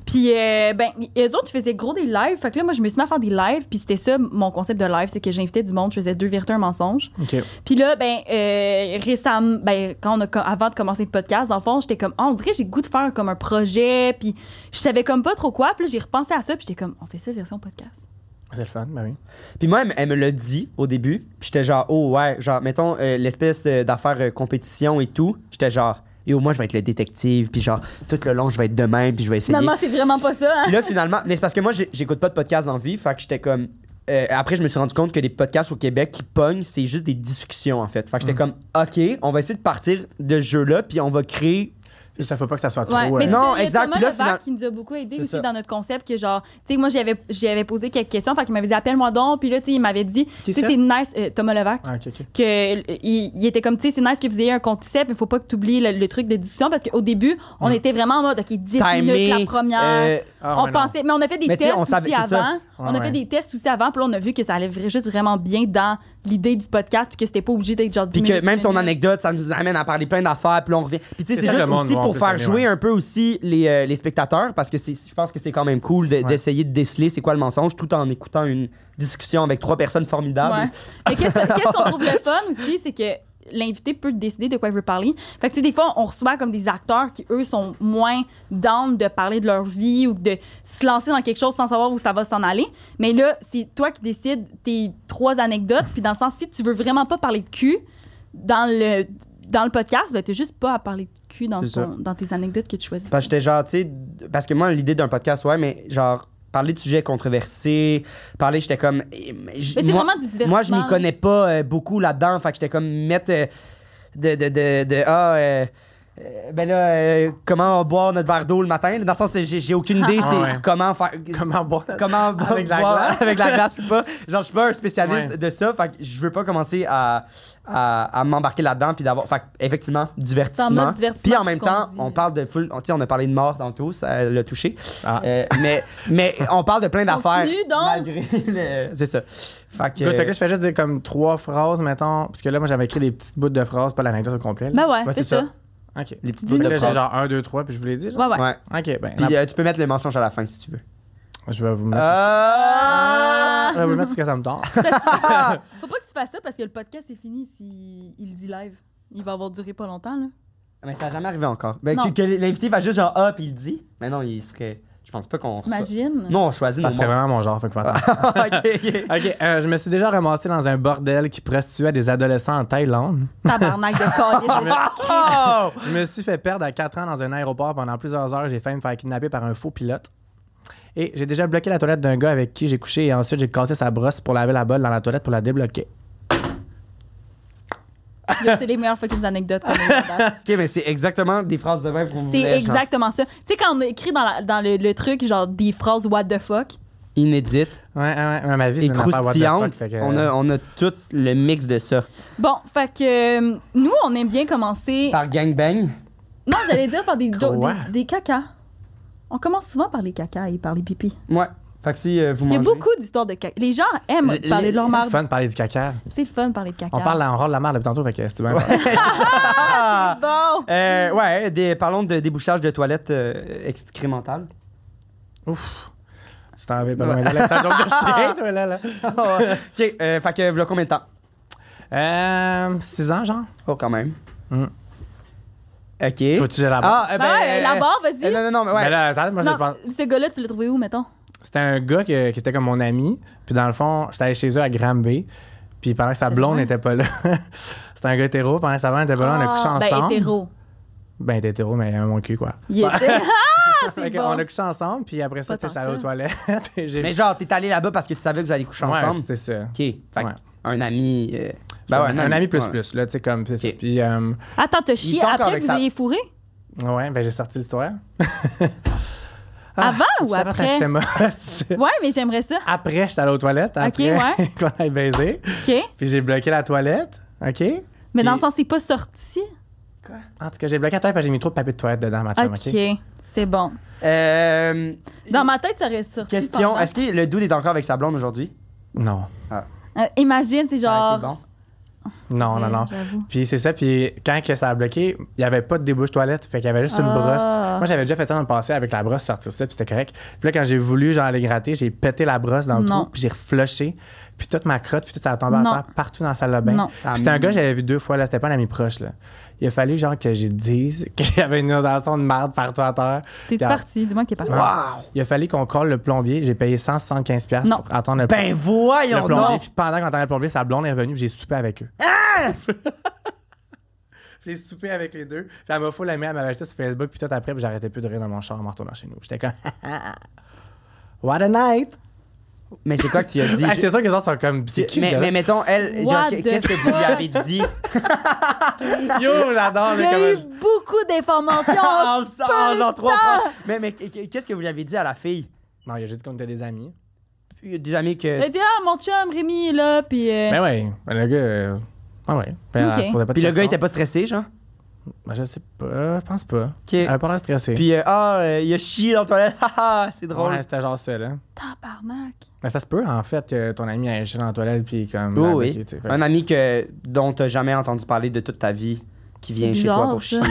Puis, euh, ben, eux autres, ils faisaient gros des lives. Fait que là, moi, je me suis mis à faire des lives. Puis c'était ça, mon concept de live, c'est que j'invitais du monde, je faisais deux vérités, un mensonge.
Ok.
Puis là, ben, euh, récemment, ben, quand on a, co- avant de commencer le podcast, dans le fond, j'étais comme, Ah, on dirait que j'ai le goût de faire comme un projet, puis je savais comme pas trop quoi, puis là, j'ai repensé à ça, puis j'étais comme, on fait ça version podcast.
C'est le fun, ben oui.
Puis moi elle, me- elle me l'a dit au début, puis j'étais genre oh ouais, genre mettons euh, l'espèce de- d'affaire euh, compétition et tout, j'étais genre et au moins je vais être le détective puis genre tout le long je vais être de même puis je vais essayer.
Finalement, c'est vraiment pas ça, hein?
Puis là, finalement, mais c'est parce que moi, j'ai- j'écoute pas de podcast en vie, fait que j'étais comme. euh, après, je me suis rendu compte que les podcasts au Québec qui pognent, c'est juste des discussions, en fait. Fait que j'étais
Mm.
comme, OK, on va essayer de partir de ce jeu-là, puis on va créer.
C'est Ça faut pas que ça soit
Ouais,
trop.
mais
euh,
Non,
c'est- il y a
exact.
Thomas
Puis là,
Levac
finalement-
qui nous a beaucoup aidé
C'est
aussi
ça.
dans notre concept que genre, tu sais, moi j'y avais, j'y avais posé quelques questions, fait qu'il m'avait dit appelle-moi donc, puis là, tu sais, il m'avait dit, tu sais,
ça?
c'est nice, euh, Thomas Levac.
Ah, ok, ok.
que euh, il, il était comme tu sais c'est nice que vous ayez un concept mais faut pas que tu oublies le, le truc de discussion parce qu'au début on
Ouais.
était vraiment en mode ok 10 minutes la
Timing.
première
euh,
Ah,
on
ouais, non.
pensait, mais on a fait des
Mais tu sais,
tests
on
aussi
savait-
avant.
c'est ça.
on a
Ouais,
fait
ouais.
des tests aussi avant, puis là, on a vu que ça allait vra- juste vraiment bien dans l'idée du podcast, puis que c'était pas obligé d'être genre 10
puis que
minutes,
même ton
10 minutes.
anecdote, ça nous amène à parler plein d'affaires, puis là, on revient. Puis tu sais,
C'est
c'est
ça que
juste
le monde
aussi
va en
pour
plus
faire
aimer,
jouer
ouais.
un peu aussi les, euh, les spectateurs, parce que c'est- je pense que c'est quand même cool de-
Ouais.
d'essayer de déceler c'est quoi le mensonge, tout en écoutant une discussion avec trois personnes formidables.
Ouais. Mais qu'est-ce que- qu'est-ce qu'on trouve le fun aussi, c'est que l'invité peut décider de quoi il veut parler. Fait que, tu sais, des fois, on reçoit comme des acteurs qui, eux, sont moins down de parler de leur vie ou de se lancer dans quelque chose sans savoir où ça va s'en aller. Mais là, c'est toi qui décides tes trois anecdotes. Puis dans le sens, si tu veux vraiment pas parler de cul, dans le dans le podcast, ben, t'as juste pas à parler de cul dans,
C'est ça.
ton- dans tes anecdotes que tu choisis.
Parce que j'étais genre, tu sais, parce que moi, l'idée d'un podcast, ouais, mais genre, parler de sujets controversés, parler, j'étais comme. eh, mais j-
Mais c'est
moi-
vraiment du divertissement.
Moi, je m'y connais pas euh, beaucoup là-dedans. Fait que j'étais comme mettre euh, de, de, de, de- Ah, euh, euh, ben là, euh, comment on va boire notre verre d'eau le matin? Dans le sens, j'ai j'ai aucune idée,
Ah
c'est
ouais.
comment faire.
Comment boire notre-
Euh, Comment
Avec de la
boire
glace.
avec la glace ou pas. Genre, je suis pas un spécialiste
Ouais.
de ça. Fait que je veux pas commencer à, à, à m'embarquer là-dedans. Puis d'avoir. Fait que, effectivement, divertissement.
divertissement,
Puis en
tout
même
ce qu'on
temps,
dit.
on parle de full. Tu sais, on a parlé de mort dans le tout, ça l'a touché.
Ah.
Euh, mais, mais on parle de plein d'affaires.
Continue donc.
Malgré. le- C'est ça. Fait que.
Écoute, ok, je fais juste dire comme trois phrases, mettons. Parce que là, moi, j'avais écrit des petites bouts de phrases, pas l'anecdote au complet. là.
Ben ouais,
Ouais,
c'est
c'est
ça.
Ok.
Les petites
Dis-nous
boules
Là,
de
ça.
phrase.
j'ai genre 1, 2, 3, puis je vous l'ai dit. genre.
Ouais, ouais.
Ouais.
Ok, ben.
Puis
la-
euh, tu peux mettre le mensonge à la fin si tu veux.
Je vais vous mettre.
Ah!
Je vais vous mettre ce que ça me tente.
Faut pas que tu fasses ça parce que le podcast est fini s'il il le dit live. Il va avoir duré pas longtemps, là.
Mais ça n'a jamais arrivé encore. Ben, que,
Non.
que l'invité va juste genre ah puis il dit. Mais non, il serait. Je pense pas qu'on.
T'imagines?
Non, on choisit nos
Ça, c'est
mots.
vraiment mon genre, fait que faut attendre.
Ok, ok.
Ok, euh, je me suis déjà ramassé dans un bordel qui prostituait des adolescents en Thaïlande.
Tabarnak de calice.
Oh!
Je me suis fait perdre à 4 ans dans un aéroport pendant plusieurs heures. J'ai failli me faire kidnapper par un faux pilote. Et j'ai déjà bloqué la toilette d'un gars avec qui j'ai couché et ensuite j'ai cassé sa brosse pour laver la bolle dans la toilette pour la débloquer.
Là, c'est les meilleures fucking anecdotes qu'on a eues à date.
Ok, mais c'est exactement des phrases de même qu'on
C'est
voulait. genre,
exactement ça. Tu sais, quand on a écrit dans, la- dans le, le truc, genre des phrases what the fuck,
Inédites
Ouais, ouais, ouais, ouais, ma vie,
et
c'est une affaire what the fuck,
croustillantes.
fait que- euh,
On a, on a tout le mix de ça.
Bon, fait que euh, nous, on aime bien commencer.
Par gangbang.
Non, j'allais dire par des, jo-
Quoi?
des, des cacas. On commence souvent par les cacas et par les pipis.
Ouais. Fait que si euh, vous
Il y
mangez.
a beaucoup d'histoires de caca. Les gens aiment
Le-
parler
les-
de leur
C'est le
marde.
fun de parler du caca.
C'est le fun de parler de caca.
On parle on rôle de la merde depuis tantôt, fait que c'est bien.
Ah!
Bon!
Euh, ouais, des, parlons de débouchage de toilettes euh, excrémentales.
Ouf. Tu t'en avais pas loin. là, là, t'as un joke de chien, toi, là, là.
ok, euh, fait que voilà combien de temps?
Euh, 6 ans, genre.
Oh, quand même.
Mm.
Ok.
Faut-tu que je la
Ah, euh,
Ben ouais,
euh,
là-bas,
euh,
vas-y.
non, non, non, mais ouais.
Mais Ben là, attends, moi, je
Non,
pense.
ce gars-là, tu l'as trouvé où, mettons?
C'était un gars que- qui était comme mon ami. Puis dans le fond, j'étais allé chez eux à Granby. Puis pendant que sa blonde
vrai?
n'était pas là, c'était un gars hétéro. Pendant que sa blonde n'était pas là, on a couché
Ah,
ensemble.
Ben, hétéro.
Ben, il était hétéro, mais il avait mon cul, quoi.
Il était... Ah, c'est
Fait que
bon.
On a couché ensemble, puis après ça,
Pas
tu sais, j'étais
tant
allé aux
ça.
toilettes. et j'ai-
Mais genre, t'es allé là-bas parce que tu savais que vous alliez coucher
Ouais,
ensemble.
c'est ça.
Ok. Fait que
Ouais.
un ami. euh,
Ben
ben ouais,
un, ami, plus
ouais.
plus, là, tu sais, comme, c'est ça.
Ok.
Puis, euh,
Attends, t'as chié
sont encore
après
avec
que vous
ça.
ayez fourré?
ouais, ben j'ai sorti l'histoire. Ah,
Avant ou
Ça passe à
après?
schéma. C'est-
Ouais, mais j'aimerais ça.
après, j'étais allé aux toilettes, après
ouais.
qu'on aille baiser.
OK.
Puis j'ai bloqué la toilette, OK?
Mais dans le
Puis-
sens, c'est pas sorti.
En tout cas, j'ai bloqué la toilette parce que j'ai mis trop de papier de toilette dedans, ma chum, OK?
OK. C'est bon.
Euh,
Dans ma tête, ça reste sorti.
question
pendant-
est-ce que le dude est encore avec sa blonde aujourd'hui?
Non.
Euh, imagine, c'est genre.
Ah, ok, bon.
Non, non, non.
J'avoue.
Puis c'est ça, puis quand que ça a bloqué, il n'y avait pas de débouche toilette, fait qu'il y avait juste une
Ah.
brosse. Moi, j'avais déjà fait ça dans le passé avec la brosse, sortir ça, puis c'était correct. Puis là, quand j'ai voulu, genre, aller gratter, j'ai pété la brosse dans le
Non.
trou, puis j'ai reflushé, puis toute ma crotte, puis tout ça a tombé
Non.
à terre partout dans la salle de bain.
Non.
Puis c'était un gars que j'avais vu deux fois, là, c'était pas un ami proche, là. Il a fallu, genre, que je dise qu'il y avait une inondation de merde partout à terre.
T'es-tu
Puis, ah,
parti? Dis-moi qu'il est parti.
Wow!
Il a fallu qu'on colle le plombier. J'ai payé 175$ piastres
Non.
pour attendre le,
Ben
le
voyons
plombier.
donc!
Puis pendant qu'on attendait le plombier, sa blonde est revenue, puis j'ai soupé avec eux.
Ah!
j'ai soupé avec les deux. Puis elle m'a fou la mère, elle m'avait acheté sur Facebook. Puis tout après, puis j'arrêtais plus de rire dans mon char en me retournant chez nous. J'étais comme. What a night!
Mais c'est quoi que tu as dit?
Ah, c'est sûr que les autres sont comme. C'est qui ce
mais,
gars-là?
mais mettons, elle,
What
genre,
the
qu'est-ce que vous lui
fuck?
avez dit?
Yo, j'adore!
Il y
j'ai
a eu
comme-
beaucoup d'informations.
en, en Ah, genre trois fois. Mais, mais qu'est-ce que vous lui avez dit à la fille?
Non, il a juste dit qu'on était des amis.
Il y a des amis
Elle a
que.
dit Ah, mon chum, Rémi est là, puis. euh,
Mais ouais, ben le gars. euh, Ah ouais. Ben,
Ok.
elle se posait pas de
Puis le gars
questions.
était pas stressé, genre.
Ben, je sais pas, je pense pas.
Ok.
Elle avait pas l'air stressée.
Puis, euh, ah, euh, il a chié dans la toilette. Haha, c'est drôle.
Ouais, c'était genre ça, là.
Tabarnak.
Mais ça se peut, en fait, que ton ami aille chier dans la toilette, puis comme...
Oui,
la
Oh oui.
bloquer, tu sais. Fait-
Un ami que, dont t'as jamais entendu parler de toute ta vie qui vient
C'est
chez toi
bizarre,
pour
ça.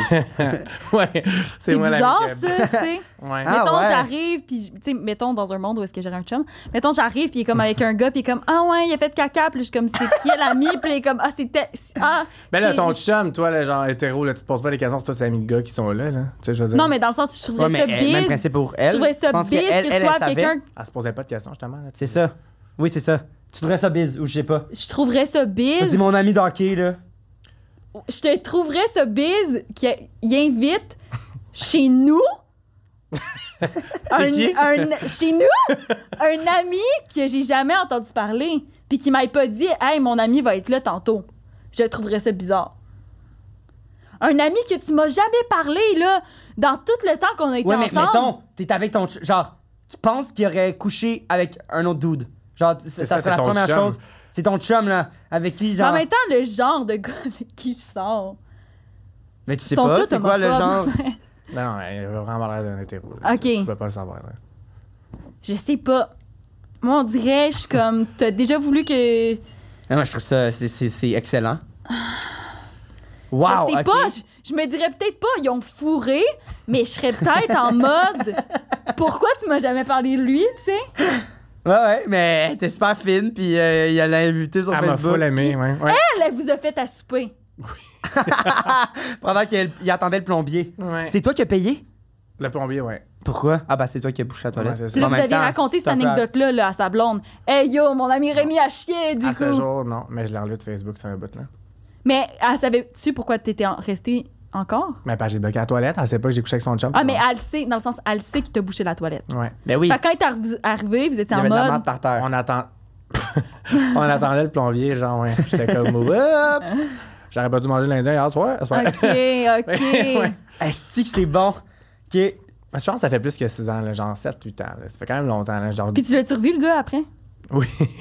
chier.
ouais,
C'est
moi
bizarre,
l'ami que-
ça, tu sais.
Ouais.
Ah,
mettons,
ouais.
j'arrive, puis, tu sais, mettons, dans un monde où est-ce que j'aurais un chum, mettons, j'arrive, puis il est comme avec un gars, puis il est comme, ah ouais, il a fait de caca, puis je suis comme, c'est qui l'ami, puis il est comme, ah, c'était. Ah,
Mais Ben, là,
c'est-
ton chum, toi, là, genre hétéro, là, tu te poses pas les questions sur tous tes amis de gars qui sont là, là. Tu sais, je veux dire...
Non, mais dans le sens, je
Ouais,
trouverais
mais
ça
elle- même
bise.
principe pour
Je
elle.
trouverais ça
Je pense
bise
qu'elle,
que
elle,
tu
elle
sois avec
savait.
quelqu'un.
Elle se posait pas de questions, justement. là, tu
C'est
sais.
ça. Oui, c'est ça. Tu trouverais ça bise ou je sais pas.
Je trouverais ça
C'est
bise.
mon ami d'hockey, là.
je te trouverais ce biz qui il invite chez nous. un,
qui?
un- chez nous, un ami que j'ai jamais entendu parler, puis qui m'aille pas dit Hey, mon ami va être là tantôt. Je trouverais ça bizarre. Un ami que tu m'as jamais parlé, là, dans tout le temps qu'on a été
Ouais, mais
ensemble.
mettons, t'es avec ton. ch- Genre, tu penses qu'il aurait couché avec un autre dude. Genre, c- ça,
ça,
serait
c'est
la
ton
première
chum.
chose. C'est ton chum, là, avec qui,
Mais
genre.
en même temps, le genre de gars avec qui je sors.
Mais tu sais
ils sont
pas,
tous
c'est quoi le genre.
homophobes.
Non, non, il a vraiment l'air d'un hétéro.
Ok.
Tu, tu peux pas le savoir. là.
Je sais pas. Moi, on dirait, je suis comme, t'as déjà voulu que.
Ah, moi, je trouve ça, c'est- c'est c'est excellent. Wow!
je sais
ok.
pas, je, je me dirais peut-être pas, ils ont fourré, mais je serais peut-être en mode, pourquoi tu m'as jamais parlé de lui, tu sais?
Ouais, ouais, mais elle était super fine, puis euh, il l'a invité sur
Elle m'a
Facebook.
full aimé, ouais. ouais.
Elle, elle vous a fait à souper.
Pendant qu'il il attendait le plombier.
Ouais.
C'est toi qui as payé?
Le plombier, ouais.
Pourquoi? Ah, bah, c'est toi qui as bouché la toilette.
c'est ça.
Puis là,
En
vous
même
avez
temps,
raconté cette
c'est un peu-
anecdote-là là, à sa blonde. Hey yo, mon ami Rémi a chié, du
à ce
coup.
jour, non, mais je l'ai enlevé de Facebook, c'est un bout, là.
Mais elle savait-tu pourquoi t'étais en- resté encore?
Mais pas j'ai bloqué la toilette, elle sait pas que j'ai couché avec son chum.
Ah, mais elle sait, dans le sens, elle sait qu'il t'a bouché la toilette.
Ouais.
Ben oui,
Fait que quand t'es arrivé, vous
il
étiez en
y avait de la
mode.
merde par terre.
On attend. on attendait le plombier, genre, ouais. J'étais comme, oups! J'aurais pas dû manger l'Indien hier soir. C'est pas vrai.
Ok, ok.
Ouais.
Esti que c'est bon? Ok.
Mais Je pense que ça fait plus que 6 ans, là, genre 7-8 ans. là. Ça fait quand même longtemps. là, genre...
Puis tu l'as-tu revu, le gars, après?
Oui.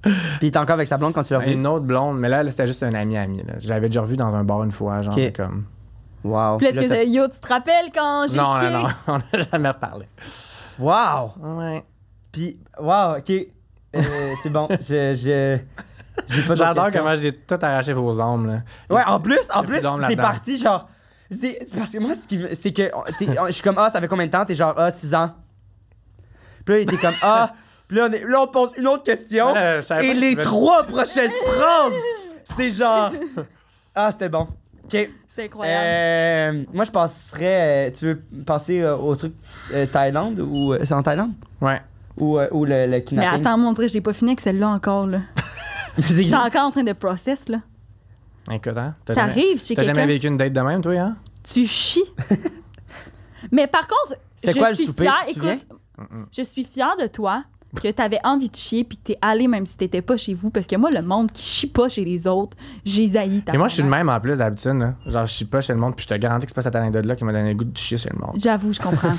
Puis il était encore avec sa blonde quand tu l'as revu.
Une autre blonde, mais là, là, c'était juste un ami-ami. là. Je l'avais déjà revu dans un bar une fois, genre
Ok.
comme.
Wow.
Puis là, est-ce
Là,
que
t'as-
t'as- yo, tu te rappelles quand j'ai
Non,
chié?
non, non, on n'a jamais reparlé.
Wow!
Ouais.
Puis, wow, ok. Euh, c'est bon, je. je... J'ai pas d'autres
J'adore
questions.
comment j'ai tout arraché vos ombres. Là.
Ouais, en plus, en
plus
plus,
d'hommes
c'est
là-dedans.
parti, genre. C'est c'est parce que moi, ce qui me- c'est que t'es- je suis comme, ah, ça fait combien de temps? T'es genre, ah, 6 ans. Puis là, il était comme, ah. Puis là, on, est- là, on te pose une autre question.
Ouais, je savais pas
et
que
les
tu me-
trois prochaines phrases, c'est genre, ah, c'était bon. Ok.
C'est incroyable.
Euh, moi, je passerais. euh, Tu veux passer euh, au truc euh, Thaïlande ou. euh, c'est en Thaïlande?
Ouais.
Ou, euh, ou le, le
Mais
kidnapping?
attends, moi, on dirait que j'ai pas fini avec celle-là encore, là.
C'est-
J'étais encore en train de process, là.
Écoute, hein. T'as jamais,
T'arrives chez
t'as jamais
quelqu'un,
vécu une date de même, toi, hein?
tu chies. Mais par contre,
C'était
je
quoi le
suis
souper?
fière,
Tu te
écoute,
Mm-mm.
je suis fière de toi que t'avais envie de chier puis que t'es allé même si t'étais pas chez vous parce que moi le monde qui chie pas chez les autres j'ai haï ta
Et moi, je suis le même en plus d'habitude. là. Genre, je suis pas chez le monde, puis je te garantis que c'est pas cette anecdote-là qui m'a donné le goût de chier sur le monde.
j'avoue je comprends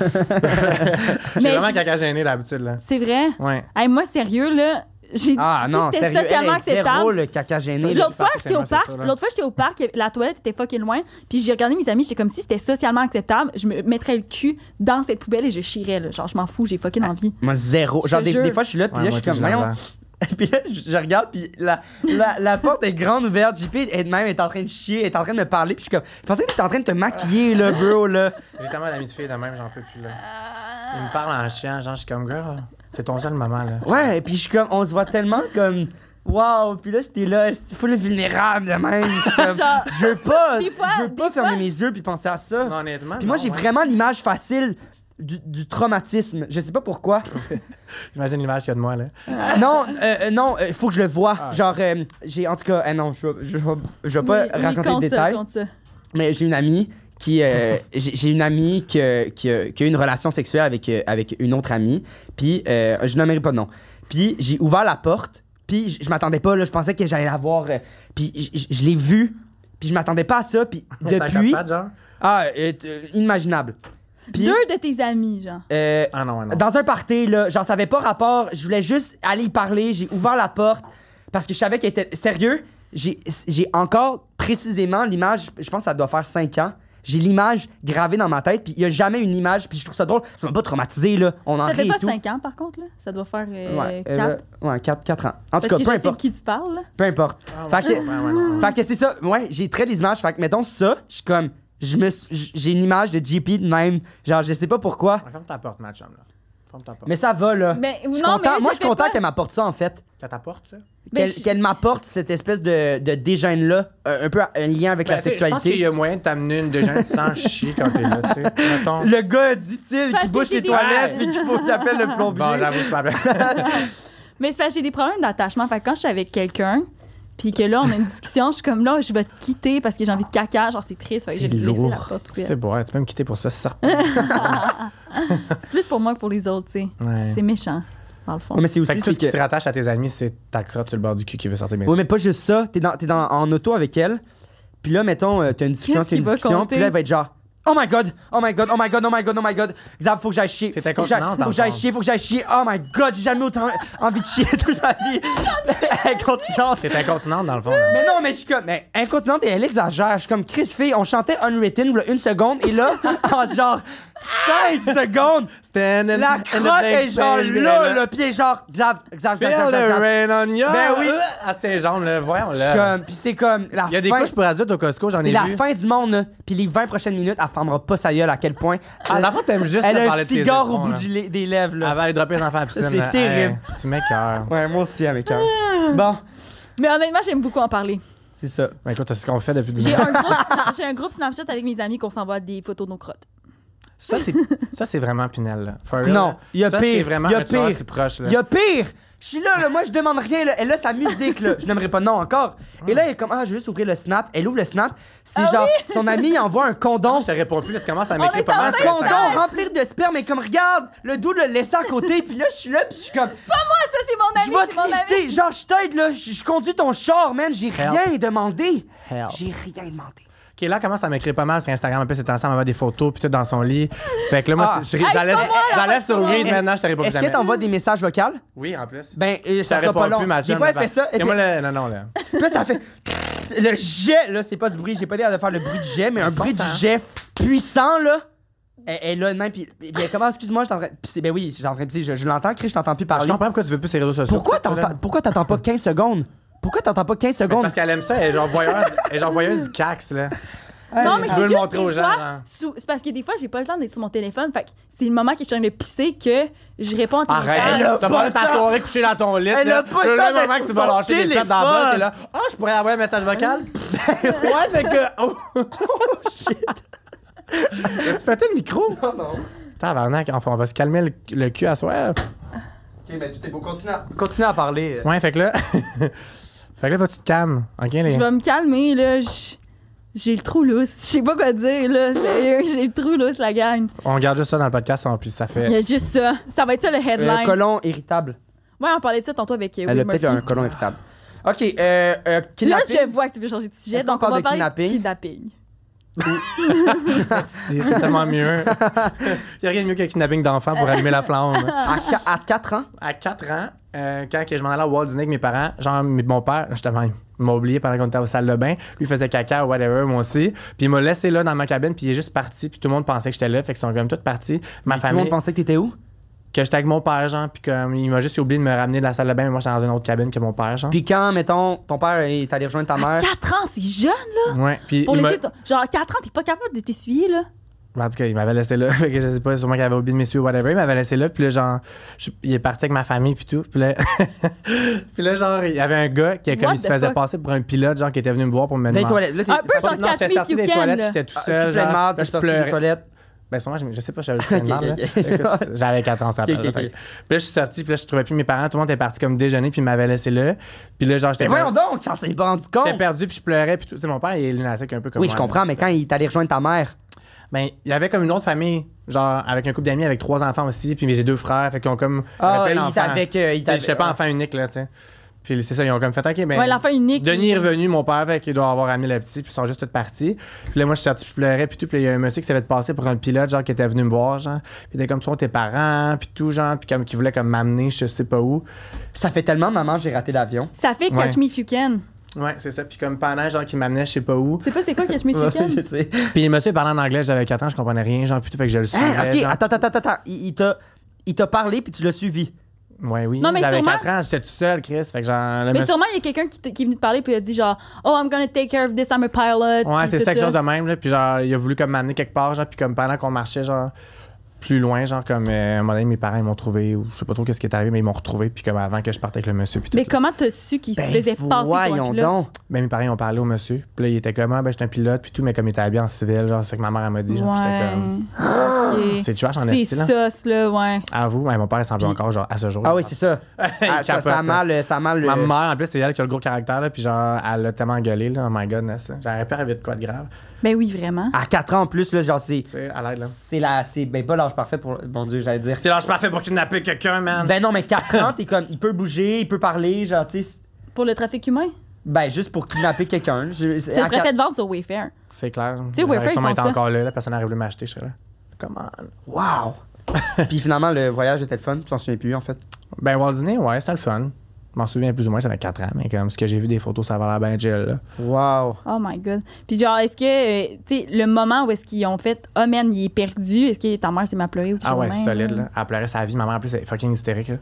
J'ai
Mais
vraiment
je-
caca gêné d'habitude, là.
c'est vrai
Ouais.
Hey, moi sérieux là j'ai
Ah
dit
non,
c'était
sérieux, elle
socialement
est zéro
acceptable.
le caca gêné.
Genre-
L'autre
suis
fois,
parti
j'étais au
chez moi,
parc.
c'est ça, là.
L'autre fois, j'étais au parc. La toilette était fucking loin. Puis j'ai regardé mes amis. J'étais comme si c'était socialement acceptable. Je me mettrais le cul dans cette poubelle et je chierais. là. Genre, je m'en fous. J'ai fucking envie.
Moi, zéro.
Je
Genre,
te
des,
jure.
des fois, je suis là, puis
Ouais,
là,
moi
je suis
aussi,
comme, voyons.
l'adore.
Puis là, je je regarde, puis la, la, la porte est grande ouverte. JP elle-même est en train de chier, elle est en train de me parler, puis je suis comme, t'es en train- t'es en train de te maquiller, là, bro, là.
J'ai tellement d'amis de filles de même, j'en peux plus, là.
Euh,
Ils me parlent en chiant, genre, je suis comme, girl, c'est ton seul moment, là.
Ouais, puis je suis comme, on se voit tellement comme. Waouh, puis là, c'était là, c'est full vulnérable de même. Je suis comme,
Genre-
je veux pas,
Des fois-
je veux pas
des
fermer
fois-
mes yeux puis penser à ça.
Non, honnêtement.
puis moi,
non,
j'ai
ouais.
vraiment l'image facile du, du traumatisme. Je sais pas pourquoi.
J'imagine l'image qu'il y a de moi, là.
non, euh, euh, non, il faut que je le vois.
Ah.
Genre, euh, j'ai. En tout cas, euh, non, je vais- je vais je vais pas
Oui, oui,
raconter
compte
de
ça,
détails.
compte ça.
Mais j'ai une amie qui. euh, j'ai j'ai une amie qui, euh, qui, euh, qui a eu une relation sexuelle avec, euh, avec une autre amie. Puis, euh, je nommerai pas de nom. Puis, j'ai ouvert la porte. Puis, je, je m'attendais pas, là. Je pensais que j'allais la voir. euh, puis, je- je je l'ai vue. Puis, je m'attendais pas à ça. Puis, depuis.
T'as genre?
Ah, euh, euh, inimaginable. Puis,
Deux de tes amis, genre.
euh,
Ah non, ah non.
dans un party, là, genre, ça avait pas rapport. Je voulais juste aller y parler. J'ai ouvert la porte parce que je savais qu'elle était sérieux. J'ai j'ai encore précisément l'image, je pense que ça doit faire 5 ans. J'ai l'image gravée dans ma tête, puis il y a jamais une image, puis je trouve ça drôle. Ça m'a pas traumatisé, là. On en
Ça fait
rit
pas
et tout.
5 ans, par contre, là. Ça doit faire
Ouais,
4.
euh, ouais, quatre- quatre ans. En
Parce
tout
que
cas, peu
je sais Hmm. de
importe.
qui tu parles, là.
Peu importe.
Ah,
Fait
ouais,
que-
ouais, ouais, non, non.
Fait que c'est ça. Ouais, j'ai très des images. Fait que, mettons, ça, je suis comme. je me suis- J'ai une image de JP de même. Genre, je sais pas pourquoi.
Ouais, Ferme ta porte, ma chum, là. Ferme ta porte.
Mais ça va, là.
Mais
Je suis
non, mais là,
content-
je
moi, je suis
fais
content
pas-
qu'elle m'apporte ça, en fait.
T'as ta porte, ça?
Mais
Qu'elle
Ben, je-
qu'elle m'apporte cette espèce de, de déjeune-là, euh, un peu en- un lien avec
Ben,
la
tu sais, Je pense qu'il
sexualité.
y a moyen de t'amener une de gens sans chier quand t'es là, tu sais. Mettons.
Le gars, dit-il,
Parce
qui
que
bouche
j'ai
les
des-
toilettes
Ouais.
et qu'il faut qu'il appelle le plombier.
Bon, j'avoue, c'est pas bien.
Mais c'est parce que j'ai des problèmes d'attachement. Fait que quand je suis avec quelqu'un, Puis que là, on a une discussion. Je suis comme là, je vais te quitter parce que j'ai envie de caca. Genre, c'est triste. Fait que
C'est
j'ai laissé la
lourd.
porte
C'est
ouverte.
bon, ouais, tu peux me quitter pour ça, certain.
C'est plus pour moi que pour les autres, tu sais.
Ouais.
C'est méchant, dans le fond.
Ouais, mais c'est aussi
Fait que tout
c'est
ce qui
que-
te rattache à tes amis, c'est ta crotte sur le bord du cul qui veut sortir. Mais
Oui, mais pas juste ça. T'es dans, t'es dans, en auto avec elle. Puis là, mettons, euh, t'as une discussion,
Qu'est-ce
t'as une
qu'il va
discussion.
compter?
Puis là, elle va être genre. Oh my god! Oh my god! Oh my god! Oh my god! Oh my god! Xav, faut que j'aille chier.
C'est
Faut que j'aille-
incontinent,
Faut que j'aille
t'entends.
chier, faut que j'aille chier. Oh my god, j'ai jamais autant envie de chier toute ma vie. incontinente.
T'es incontinente dans le fond. hein. là.
Mais non, mais je suis comme. Mais incontinente et elle exagère. Je suis comme Chris Fille, on chantait Unwritten, voilà une seconde. Et là, en genre 5 secondes, la crotte est genre là, le pied genre. Xav, Xav, Xav, Xav,
Feel
Xav,
the
Xav.
rain on you.
Ben oui.
À ses jambes, Ah, là, voyons
Je suis
là.
comme. Puis c'est comme. la
Il y a des
fin-
couches pour adultes au Costco, j'en ai
C'est
vu.
la fin du monde, là. Puis les 20 prochaines minutes, elle fermera pas sa gueule à quel point.
Ah, dans le fond, t'aimes juste
elle
là,
a
parler
un
de tes
cigare au
étrons,
bout
là.
du lait- des lèvres, là.
Avant d'aller dropper les enfants à la piscine.
C'est
là.
terrible.
Hey, tu m'écoeures.
Ouais, moi aussi, avec un.
Ah.
bon,
Mais honnêtement, j'aime beaucoup en parler.
c'est ça.
Ben écoute, c'est ce qu'on fait depuis du
J'ai un, groupe Sna- j'ai un groupe Snapchat avec mes amis qu'on s'envoie des photos de nos crottes.
Ça, c'est, ça, c'est vraiment Pinel. Là. For real,
Non,
là.
il y a
ça,
pire,
C'est vraiment
il y a
un tueur
pire.
si proche. Là.
Il y a pire! Je suis là, là, moi, je demande rien, là. Elle a sa musique, là. Je n'aimerais pas, non, encore. Et là, elle est comme, ah, je vais juste ouvrir le snap. Elle ouvre le snap. C'est
Ah
genre, son ami envoie un condom.
Je te réponds plus, là, tu commences à
est
m'écrire pas
Un
mal.
en
sur
même
Instagram.
condom rempli de sperme, mais comme, regarde, le dos le laisse à côté. Puis là, je suis là, puis je suis comme,
Ah, ça, c'est mon
je
ami,
vais
c'est mon
te
ami.
visiter. Genre, je t'aide, là. Je je conduis ton char, man. J'ai rien demandé.
Help.
J'ai rien demandé.
Ok, là, elle commence à m'écrire pas mal sur Instagram. Un peu, c'est ensemble, avoir des photos, puis tout dans son lit. Fait que là, moi,
Ah.
c'est- je- j'allais,
c'est pas moi, la
j'allais sur
photo.
Read maintenant, je te réponds plus
Est-ce qu'elle
jamais.
t'envoie des messages vocaux?
Oui, en plus.
Ben, euh,
je
ça
te
sera pas
réponds
long.
plus, ma
des
chum,
fois, elle
là,
fait ça, et
Et
puis
moi, là, non, non, là.
puis là, ça fait le jet, là, c'est pas du bruit, j'ai pas l'air de faire le bruit du jet, mais un bruit du
Important.
jet puissant, là. Elle elle est là de même, puis, puis elle commence, excuse-moi, je t'entends. Puis c'est- ben oui, j'entends, puis je, je l'entends, Chris, je t'entends plus
Je
parler.
comprends pas pourquoi tu veux plus ces réseaux sociaux.
Pourquoi t'entends, pourquoi t'entends pas 15 secondes? Pourquoi t'entends pas 15
Mais
secondes?
Parce qu'elle aime ça, elle est genre voyeuse, elle est genre voyeuse du cax, là.
Non,
Tu
mais
veux
c'est
le
juste
montrer
des
aux gens,
fois,
hein.
sous- C'est parce que des fois, j'ai pas le temps d'être sur mon téléphone. Fait que c'est le moment que je suis en train de pisser que je réponds à tes
Arrête,
Elle a
là.
messages.
T'as
pas
pas
le
ta
temps.
soirée couchée dans ton lit.
Elle
là.
a pas le
le
temps
moment
d'être
que tu
sur
vas
son
lâcher des plates dans le bol,
téléphone.
t'es là. Ah, je pourrais avoir un message vocal. ouais, mais que. Oh, shit. tu pété le micro?
Non, non.
Tabarnak, enfin, on va se calmer le, le cul à soir.
Ok, ben tout est beau, continue à, continue à parler.
Ouais, fait que là. fait que là, faut que tu te calmes. Ok, les.
Je vais me calmer, là. Je- J'ai le trou lousse. Je sais pas quoi dire, là. Sérieux, j'ai le trou lousse, la gang.
On garde juste ça dans le podcast, on- puis ça
Il y
fait.
a juste ça. Ça va être ça, le
Un
headline.
Euh, colon irritable.
ouais, on parlait de ça tantôt avec
Eh
euh,
Elle
Will
a peut-être
Murphy.
un colon irritable. Ok, euh,
Là,
euh, kidnapping.
je vois que tu veux changer de sujet,
Est-ce
donc
qu'on
on va parler
parle
de
de
kidnapping.
C'est c'est tellement mieux. Il y a rien de mieux qu'un kidnapping d'enfant pour allumer la flamme.
À, qua- à 4 ans.
à 4 ans, euh, quand que je m'en allais au Walt Disney avec mes parents, genre mais mon père, justement, il m'a oublié pendant qu'on était au salle de bain. Lui il faisait caca, whatever, moi aussi. Puis il m'a laissé là dans ma cabine, puis il est juste parti, puis tout le monde pensait que j'étais là, fait qu'ils sont comme tous partis. Ma
Tout le
famille,
monde pensait que t'étais où?
que j'étais avec mon père, genre, puis comme il m'a juste oublié de me ramener de la salle de bain, mais moi j'étais dans une autre cabine que mon père, genre.
Puis quand, mettons, ton père est allé rejoindre ta mère.
4 ans, c'est jeune, là.
ouais, puis
Pour
il m'a-
laisser ton- Genre, 4 ans, t'es pas capable de t'essuyer, là.
En tout cas, il m'avait laissé là. Fait que je sais pas, sûrement qu'il avait oublié de messieurs ou whatever. Il m'avait laissé là. Puis là, genre, je- il est parti avec ma famille. Puis tout. Puis là, puis là genre, il y avait un gars qui, comme,
What
il se
the
faisait
fuck?
passer pour un pilote, genre, qui était venu me voir pour me
Dans les
demander.
toilettes. Là, t'es-
Un
t'es
peu
pas-
genre-
Non, j'étais
Catch Me
sorti
If You
des
Can,
toilettes,
là.
j'étais tout
Ah,
seul.
tu plein de
genre,
marde,
là,
t'es
je
sorti des
pleurais.
toilettes.
Ben, sûrement, je, je sais pas, j'avais plein de marde, là.
Ok, ok, ok.
Écoute, J'avais 4 ans, ça
Ok, ok,
rappelle, là,
ok.
fait que- Puis là, je suis sorti, puis là, je trouvais plus mes parents. Tout le monde était parti comme déjeuner, puis il m'avait laissé là. Puis là, genre, j'étais.
Mais voyons donc, ça s'est pas rendu
J'étais
compte.
perdu, puis je pleurais, puis tout. Tu sais, mon père, il est lunatique un peu comme
Oui,
moi,
je
là.
comprends, mais quand il est allé rejoindre ta mère,
Ben, il y avait comme une autre famille, genre avec un couple d'amis, avec trois enfants aussi, puis j'ai deux frères, fait qu'ils ont comme.
Ah,
avaient plein
il
d'enfants.
était avec, euh, il
Tu sais,
était-
J'étais pas
ouais.
enfant unique, là, tu sais. Puis c'est ça, ils ont comme fait, ok, ben.
Ouais, l'enfant unique,
Denis
il-
est revenu, mon père, fait qu'il doit avoir amené le petit, puis ils sont juste tous partis. Puis là, moi, je suis sorti, puis je pleurais, puis tout. Puis là, il y a un monsieur qui s'avait passer pour un pilote, genre, qui était venu me voir, genre. Puis il était comme, sont tes parents, puis tout, genre, puis comme, qui voulait comme m'amener, je sais pas où.
ça fait tellement maman, j'ai raté l'avion.
Ça fait Catch Me
Ouais.
If You Can.
Ouais, c'est ça. Puis comme pendant, genre, qui m'amenait, je sais pas où.
Tu sais pas c'est quoi Catch Me If You Can?
je sais.
Puis le monsieur parlait en anglais, j'avais 4 ans, je comprenais rien, genre, puis tout, fait que je le suivais.
Hein, ok,
genre.
attends, attends, attends, attends. Il, il t'a, il t'a parlé puis tu l'as suivi.
Ouais, oui.
Non, mais
J'avais
sûrement-
4 ans, j'étais tout seul, Chris. Fait que genre, le
Mais
monsieur-
sûrement, il y a quelqu'un qui, t- qui est venu te parler puis il a dit genre « Oh, I'm gonna take care of this, I'm a pilot. »
Ouais,
puis
c'est
tout
ça, quelque chose de même, là. Puis genre, il a voulu comme m'amener quelque part, genre, puis comme pendant qu'on marchait, genre. plus loin, genre comme euh, à un moment donné, mes parents ils m'ont trouvé, ou je sais pas trop qu'est-ce qui est arrivé, mais ils m'ont retrouvé, puis comme avant que je parte avec le monsieur, puis tout.
Mais
tout.
comment t'as su qu'il se faisait passer pour un
voyons
pilote?
donc.
Ben, mes parents ils ont parlé au monsieur, puis là, il était comme, ah, ben, j'étais un pilote, puis tout, mais comme il était habillé en civil, genre, c'est ce que ma mère, elle m'a dit, genre, puis j'étais comme,
Ouais. Ok.
c'est trash en
C'est
esti, là.
sauce, là, ouais.
À vous, ben, mon père, il s'en veut
Puis-
encore, genre, à ce jour.
Ah oui, c'est ça. Ah, ça,
capote,
ça a
hein.
mal, ça a mal.
Ma
euh,
mère, en plus, c'est elle qui a le gros caractère, là, puis genre, elle a tellement gueulé, là, oh my goodness, là. J'aurais pas rêvé de quoi de grave,
Ben oui,
Ah.
vraiment.
À 4 ans en plus, là, genre, c'est.
tu sais, à l'aide, là.
C'est la. C'est ben, pas l'âge parfait pour. Mon Dieu, j'allais dire.
C'est l'âge parfait pour kidnapper quelqu'un, man.
Ben non, mais 4 ans, t'es comme. Il peut bouger, il peut parler, genre, tu sais.
Pour le trafic humain,
Ben, juste pour kidnapper quelqu'un. Je-
ça
à
Ah,
serait
quatre-
fait vendre sur Wayfair.
C'est clair.
sais, Wayfair,
J'aurais sûrement
ils font
été
ça.
encore là, la personne arrive de m'acheter, je serais là. Come on.
Wow! Puis finalement, le voyage était le fun, tu t'en souviens plus, en fait.
Ben, Walt Disney, ouais, c'était le fun. Je m'en souviens plus ou moins, j'avais 4 ans, mais comme ce que j'ai vu des photos, ça avait l'air bien gel, là.
Wow!
Oh my God. Puis genre, est-ce que, euh, tu sais, le moment où est-ce qu'ils ont fait « Oh man, il est perdu », est-ce que ta mère s'est m'applaudir ou quelque
Ah
chose de
ouais,
même,
solide, là. Elle pleurait sa vie. Ma mère, en plus, elle est fucking hystérique, là.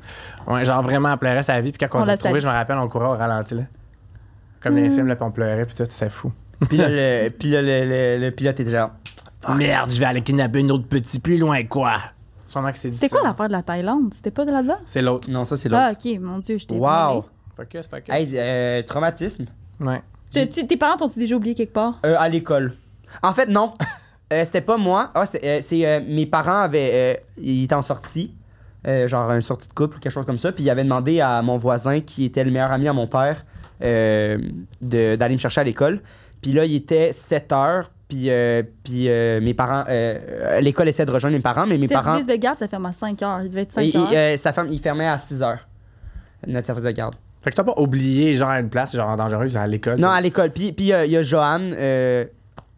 Ouais, genre vraiment, elle pleurait sa vie. Puis quand
On
on,
la
s'est
salue.
retrouvés,
Hmm.
je me rappelle, on courait au ralenti, là. Comme dans les films, là, puis on pleurait, puis tout, c'est fou.
Puis là, le, puis là, le, le- le pilote était genre.
Merde, je vais aller kidnapper une autre petite plus loin, quoi. Sûrement que c'est dit
C'était quoi
ça.
l'affaire de la Thaïlande? C'était pas de là-dedans?
C'est l'autre.
Non, ça, c'est
Ah,
l'autre.
OK. Mon Dieu, j'étais
wow!
Focus, focus.
Hey, euh, traumatisme.
Ouais.
T'as- tu- Tes parents t'ont-tu déjà oublié quelque part?
Euh, à l'école. En fait, non. Euh, c'était pas moi. Ah, c'est, euh, c'est, euh, mes parents avaient. euh, ils étaient en sortie. euh, genre une sortie de couple ou quelque chose comme ça. Puis ils avaient demandé à mon voisin, qui était le meilleur ami à mon père, euh, de- d'aller me chercher à l'école. Puis là, il était 7 heures. Puis, euh, puis euh, mes parents. euh, l'école essayait de rejoindre mes parents, mais mes
Service
parents.
de garde, ça ferme à 5 heures. Il devait être 5
et- et,
heures.
euh, sa femme, il fermait à 6 heures. Notre service de garde.
Fait que t'as pas oublié, genre, à une place, genre, dangereuse, à l'école.
Non,
ça.
à l'école. Puis puis, euh, il y a Joanne. euh,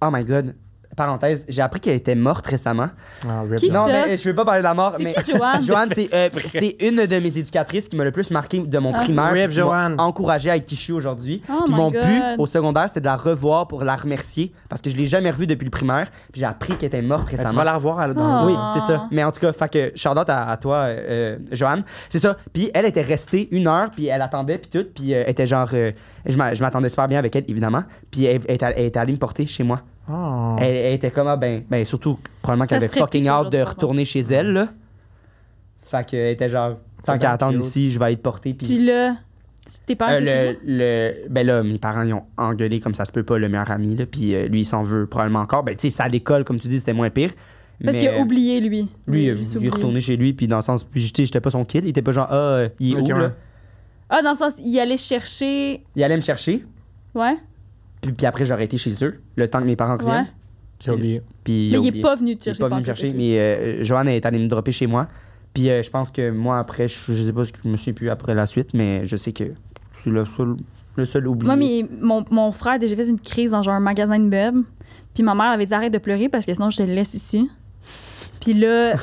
oh my god. Parenthèse, j'ai appris qu'elle était morte récemment.
Ah, rip,
Qui-
là.
Non,
ça?
mais euh, je veux pas parler de la mort.
C'est
Mais
qui, Joanne?
c'est euh, c'est une de mes éducatrices qui m'a le plus marqué de mon
Ah.
primaire.
Rip,
puis qui m'a
Joanne.
Encouragé à être qui je suis aujourd'hui.
Oh
puis
my
mon
God.
but au secondaire, c'était de la revoir pour la remercier parce que je l'ai jamais revue depuis le primaire. Puis j'ai appris qu'elle était morte
Ben, tu vas
récemment.
la revoir, elle, dans
Ah.
le-
Oui, c'est ça. Mais en tout cas, fait que shout out à, à toi, euh, euh, Joanne. C'est ça. Puis elle était restée une heure, puis elle attendait, puis tout. Puis euh, elle était genre. euh, je m'a- je m'attendais super bien avec elle, évidemment. Puis elle, elle était- elle était allée me porter chez moi.
Ah.
Elle, elle était comme, ah ben, ben surtout, probablement
Ça
qu'elle avait
serait
fucking
plus
hâte de
aujourd'hui,
retourner chez elle, là. Fait qu'elle était genre, tant
C'est
qu'à
bien
attendre
cute.
ici, je vais aller te porter. Puis,
Puis là, tes parents...
euh,
étaient chez
le,
vous?
le- ben là, mes parents, ils ont engueulé comme ça se peut pas, le meilleur ami, là. Puis euh, lui, il s'en veut probablement encore. Ben, tu sais, c'est à l'école, comme tu dis, c'était moins pire.
Parce
mais
qu'il a
euh,
oublié, lui.
Lui,
Il
euh,
a juste
il est
oublié.
retourné chez lui, puis dans le sens, puis tu sais, j'étais pas son kid, il était pas genre, ah, euh, il est
Ok,
où,
ouais.
là?
Ah, dans le sens, il allait chercher...
Il allait me chercher,
Ouais?
puis, puis après, j'aurais été chez eux, le temps que mes parents reviennent.
Ouais.
J'ai oublié.
Puis
Mais il est
oublié.
pas venu te
Il est
chercher.
pas venu me
pantoute,
chercher,
ok.
mais euh, Joanne est allée me dropper chez moi. Puis euh, je pense que moi, après, je, je sais pas ce que je me suis plus après la suite, mais je sais que c'est le seul, le seul oublié.
Moi, mais mon, mon frère a déjà fait une crise dans genre un magasin de meubles. Puis ma mère elle avait dit arrête de pleurer parce que sinon je te le laisse ici. Puis là,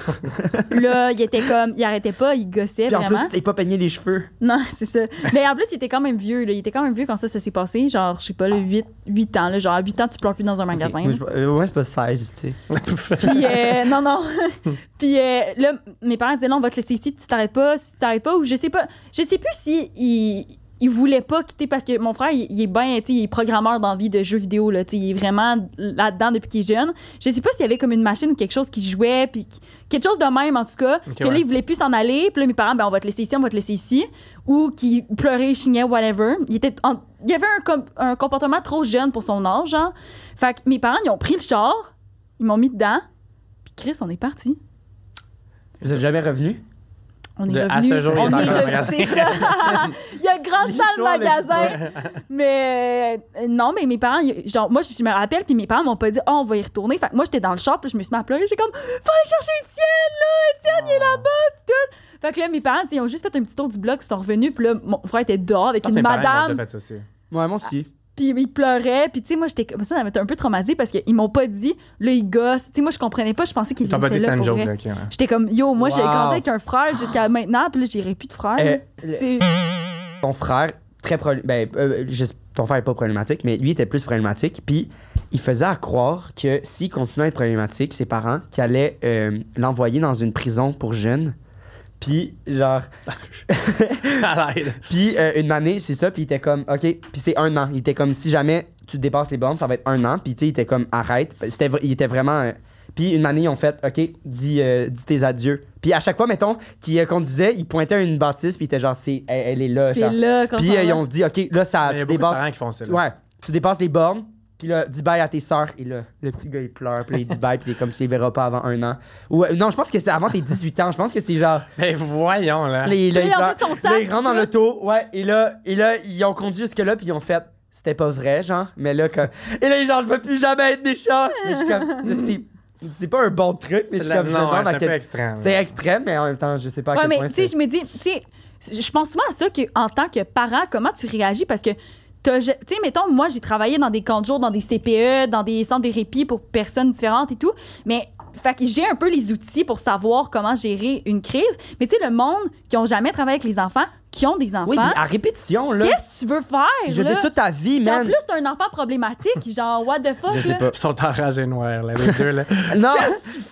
là, il était comme, il arrêtait pas, il gossait
Puis en plus,
vraiment.
t'es pas peigné les cheveux.
Non, c'est ça. Mais en plus, il était quand même vieux, là. Il était quand même vieux quand ça, ça s'est passé. Genre, je sais pas, 8, 8 ans, là. Genre, à 8 ans, tu pleures plus dans un magasin.
Ok.
là.
Moi, je- euh, ouais, c'est pas 16, tu sais.
Puis, euh, non, non. Puis, euh, là, mes parents disaient, non, on va te laisser ici, tu t'arrêtes pas, si tu t'arrêtes pas, ou je sais pas. Je sais plus si il, il voulait pas quitter parce que mon frère, il, il est bien, tu sais, il est programmeur dans la vie de jeux vidéo, là, tu sais, il est vraiment là-dedans depuis qu'il est jeune. Je sais pas s'il y avait comme une machine ou quelque chose qui jouait, puis qui- quelque chose de même, en tout cas,
Ok,
que là,
ouais.
il voulait plus s'en aller, puis là, mes parents, ben, on va te laisser ici, on va te laisser ici, ou qui pleurait, chignait, whatever. Il était en- il avait un, com- un comportement trop jeune pour son âge, genre. Fait que mes parents, ils ont pris le char, ils m'ont mis dedans, puis Chris, on est parti.
Vous êtes jamais revenu?
On est
De-
revenu.
à ce jour, il est
on
encore
est
dans le
revenu,
magasin.
c'est ça. il y a grand dans le
L'histoire,
magasin. mais euh, non, mais mes parents, ils- genre, moi, je, je me rappelle, puis mes parents m'ont pas dit, oh, on va y retourner. Fait que moi, j'étais dans le shop, puis je me suis mis à pleurer. J'ai comme, faut aller chercher Étienne, là, Étienne, il est là-bas, puis tout. Fait que là, mes parents, tu sais, ils ont juste fait un petit tour du bloc, ils sont revenus, puis là, mon frère était dehors avec
Je pense que
une
mes parents, ils m'ont
madame.
déjà fait ça aussi.
Ouais, moi aussi.
puis il pleurait, puis tu sais, moi, j'étais comme ça, ça m'avait un peu traumatisée parce qu'ils m'ont pas dit, là, il gosse. Tu sais, moi, je comprenais pas, je pensais qu'il
T'as pas dit
laissait là
c'était une
pour vrai.
joke, là, ok, ouais.
J'étais comme, yo, moi, j'ai
Wow.
grandi avec un frère jusqu'à maintenant, puis là, j'irai plus de frère.
Eh,
Euh, le-
Ah, C'est-
ton frère, très probl- ben, euh, je- ton frère est pas problématique, mais lui était plus problématique. Puis il faisait à croire que s'il continuait à être problématique, ses parents, qu'ils allaient euh, l'envoyer dans une prison pour jeunes. Puis, genre,
À l'aide.
Puis euh, une année, c'est ça, puis il était comme, OK, puis c'est un an. Il était comme, si jamais tu dépasses les bornes, ça va être un an. Puis tu sais, il était comme, arrête. C'était, vr- il était vraiment... euh, Puis une année, ils ont fait, OK, dis, euh, dis tes adieux. Puis à chaque fois, mettons, qu'il euh, conduisait, il pointait à une bâtisse, puis il était genre, c'est, elle, elle est là.
C'est
genre.
là qu'on
Puis
s'en
euh,
va.
ils ont dit, OK, là, ça,
Il y
tu
a beaucoup de
dépasses.
parents qui font ça. là.
Ouais, tu dépasses les bornes, puis là, dis bye à tes sœurs, et là, le petit gars, il pleure, puis là, il dit bye, puis il est comme tu les verras pas avant un an. Ou, euh, non, je pense que c'est avant tes 18 ans, je pense que c'est genre.
Ben voyons, là.
Là, il, là,
Oui,
il
en
pleure.
fait, son sac,
Là, il rentre dans
là.
l'auto, ouais, et là, et là, ils ont conduit jusque-là, puis ils ont fait. C'était pas vrai, genre, mais là, comme. Et là, genre, je veux plus jamais être méchant. Mais je suis comme. c'est- C'est pas un bon truc, mais je suis
C'est la-
comme. je me
Non,
demande
ouais, c'est
à
un
quel-
peu extrême. là.
C'était extrême, mais en même temps, je sais pas à
Ouais,
quel
mais
point
tu sais,
c'est.
je me dis, tu sais, je pense souvent à ça que, en tant que parent, comment tu réagis parce que t'as ja- tu sais, mettons, moi, j'ai travaillé dans des camps de jour, dans des CPE, dans des centres de répit pour personnes différentes et tout, mais fait que j'ai un peu les outils pour savoir comment gérer une crise. Mais tu sais, le monde qui ont jamais travaillé avec les enfants, qui ont des enfants,
Oui, puis à répétition, là.
qu'est-ce que tu veux faire
Je
là?
dis toute ta vie,
Puis en
man.
plus, t'as un enfant problématique, genre what the fuck
Je sais
là?
pas.
Ils sont enragés noirs, là, les deux, là.
Non, hein?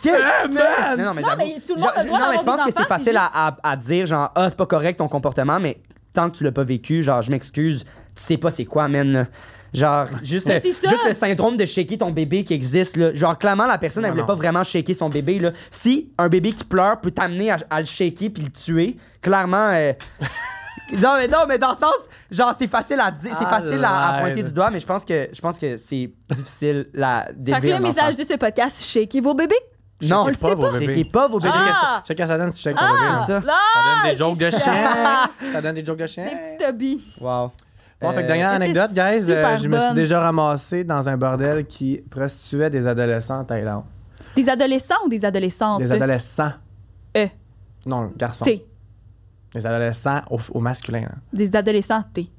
qu'est-ce que tu fais? Non, non, mais,
Non,
j'avoue.
mais tout le monde a
Je-
le droit
Non, mais je
d'avoir
pense
des
que c'est
enfants,
facile à, à- à dire, genre, ah, c'est pas correct ton comportement, mais tant que tu l'as pas vécu, genre, je m'excuse, tu sais pas c'est quoi, man. là. Genre, juste,
Mais
le,
c'est ça.
juste le syndrome de shaker ton bébé qui existe, là. Genre, clairement, la personne, elle
Non,
voulait
non.
pas vraiment shaker son bébé, là. Si un bébé qui pleure peut t'amener à, à le shaker puis le tuer, clairement. euh, non, mais non, mais dans le sens, genre, c'est facile à dire, c'est
Ah,
facile à, à pointer
l'aide.
du doigt, mais je pense que, je pense que c'est difficile, la
Fait que
d'élever
le
un enfant.
message de ce podcast, shaker vos bébés.
Non,
Checkez pas vos bébés.
Checkez pas vos bébés.
Ah!
Check à ça donne si tu check ton
Ah,
bébé.
ça.
là,
Ça donne des jokes de
c'est
chien. Ça donne des jokes de
des
chien.
petits Toby.
Wow.
Bon, fait
Euh,
que dernière
C'était
anecdote, guys, euh,
super
je me
bonne.
suis déjà ramassé dans un bordel qui prostituait des adolescents en Thaïlande.
Des adolescents ou des adolescentes?
Des adolescents.
E.
Non, garçons.
T.
Des adolescents au, au masculin. Là.
Des adolescents T.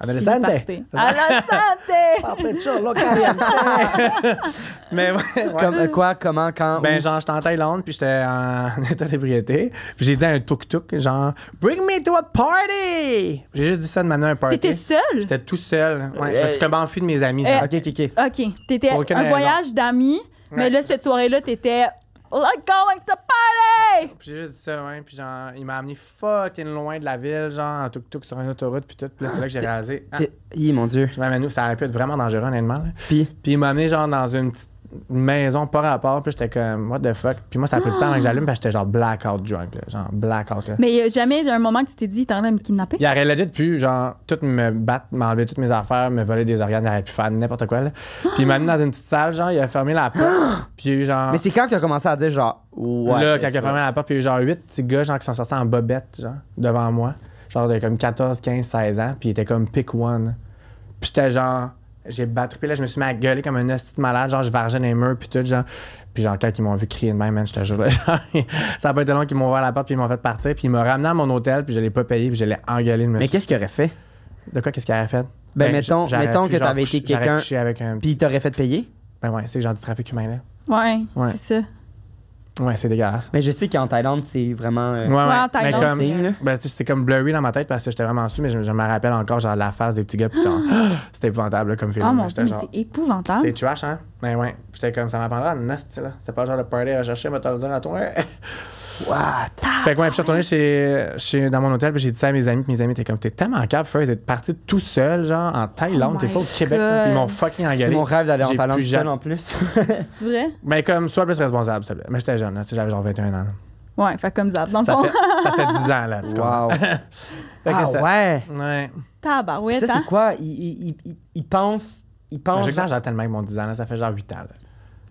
Adolescente. hein? Ah,
Adolescente!
ben, Mais ouais, ouais.
Comme, euh, quoi, comment, quand.
Ben,
où?
genre, j'étais en Thaïlande, puis j'étais en état d'ébriété. Puis j'ai dit à un tuk-tuk, genre, Bring me to a party! J'ai juste dit ça de m'amener à un party.
T'étais seul?
J'étais tout seul. Ouais, je me suis
Euh,
comme enfui de mes amis.
euh,
genre.
Ok, ok, ok.
OK. T'étais
Pour aucune
un
raison.
voyage d'amis, mais
Ouais.
là, cette soirée-là, t'étais Like going to party!
Puis j'ai juste dit ça, ouais. Puis genre, il m'a amené fucking loin de la ville, genre, en tuk-tuk sur une autoroute, puis tout. Puis là, c'est là que j'ai réalisé. Ah,
Eh, Hi, mon Dieu.
je m'amène où? Ça aurait pu être vraiment dangereux, honnêtement. là.
Puis,
Puis il m'a amené genre dans une petite maison par rapport. Puis j'étais comme, what the fuck. Puis moi, ça a pris du temps avant que j'allume. Puis j'étais genre blackout drunk. là, genre blackout. Là.
Mais il y a jamais un moment que tu t'es dit, t'es en train de me kidnapper?
Il aurait legit pu, genre, tout me battre, m'enlever toutes mes affaires, me voler des organes. Il aurait pu faire n'importe quoi. là. Puis il m'a amené dans une petite salle. Genre, il a fermé la porte. Puis il y a eu genre.
mais c'est quand que tu as commencé à dire, genre, ouais.
Ah. là, quand il a fermé la porte, puis il y a eu genre 8 petits gars genre, qui sont sortis en bobette, genre, devant moi. Genre de comme 14, 15, 16 ans. Puis il était comme pick one. Puis j'étais genre. J'ai battu, puis là, je me suis mis à gueuler comme un hostie de malade. Genre, je vargeais dans les murs, puis tout, genre. Puis genre, quand ils m'ont vu crier de même, man, je te jure, là, genre, ça a pas été long qu'ils m'ont ouvert la porte, puis ils m'ont fait partir, puis ils m'ont ramené à mon hôtel, puis je l'ai pas payé, puis je l'ai engueulé de me
Mais qu'est-ce qu'il aurait fait?
De quoi, qu'est-ce qu'il avait fait?
Ben, mettons-
j'aurais
mettons
pu,
que
genre,
t'avais été
coucher- j'aurais
quelqu'un-
couché avec
Puis,
un
il
petit.
t'aurait fait payer?
Ben ouais, c'est genre du trafic humain, là.
Ouais,
Ouais.
c'est ça.
Ouais, c'est dégueulasse.
Mais je sais qu'en Thaïlande, c'est vraiment. euh,
Ouais, ouais.
en
Mais
Thaïlande,
comme,
c'est- là.
ben, tu sais, c'était comme blurry dans ma tête parce que j'étais vraiment su, mais je, je me rappelle encore genre la face des petits gars, puis genre, c'était épouvantable là, comme film.
Oh
là.
mon
J'étais
dieu, mais
genre,
c'est épouvantable.
c'est trash, hein? Mais ouais, j'étais comme, ça m'apprendra un nasty, là. C'était pas le genre de party à chercher, mais t'as le dire à toi.
What?
fait que ouais, puis je suis retourné chez, chez, dans mon hôtel, puis j'ai dit ça à mes amis, puis mes amis étaient comme, t'es tellement capable, First, d'être parti tout seul, genre, en Thaïlande,
Oh
t'es
my
pas au Québec,
God.
là. Puis ils m'ont fucking
C'est
engueulé.
mon rêve d'aller en
J'ai
Thaïlande
plus
tout seul
jamais-
en plus.
C'est vrai?
Mais comme, sois plus responsable, s'il te plaît. Mais j'étais jeune, là, tu sais, j'avais genre 21 ans, là.
Ouais, fait comme ça. Dans le
Ça
fond,
fait, ça fait 10 ans, là, tu comprends?
wow.
Fait que
ah,
ça-
ouais.
Ouais.
Puis
tabarouette,
ça,
hein?
c'est quoi? Il, il, il- il, il pense. Il
Ah,
Mais
pense.
J'exagère tellement avec mon 10 ans, là, ça fait genre 8 ans, là.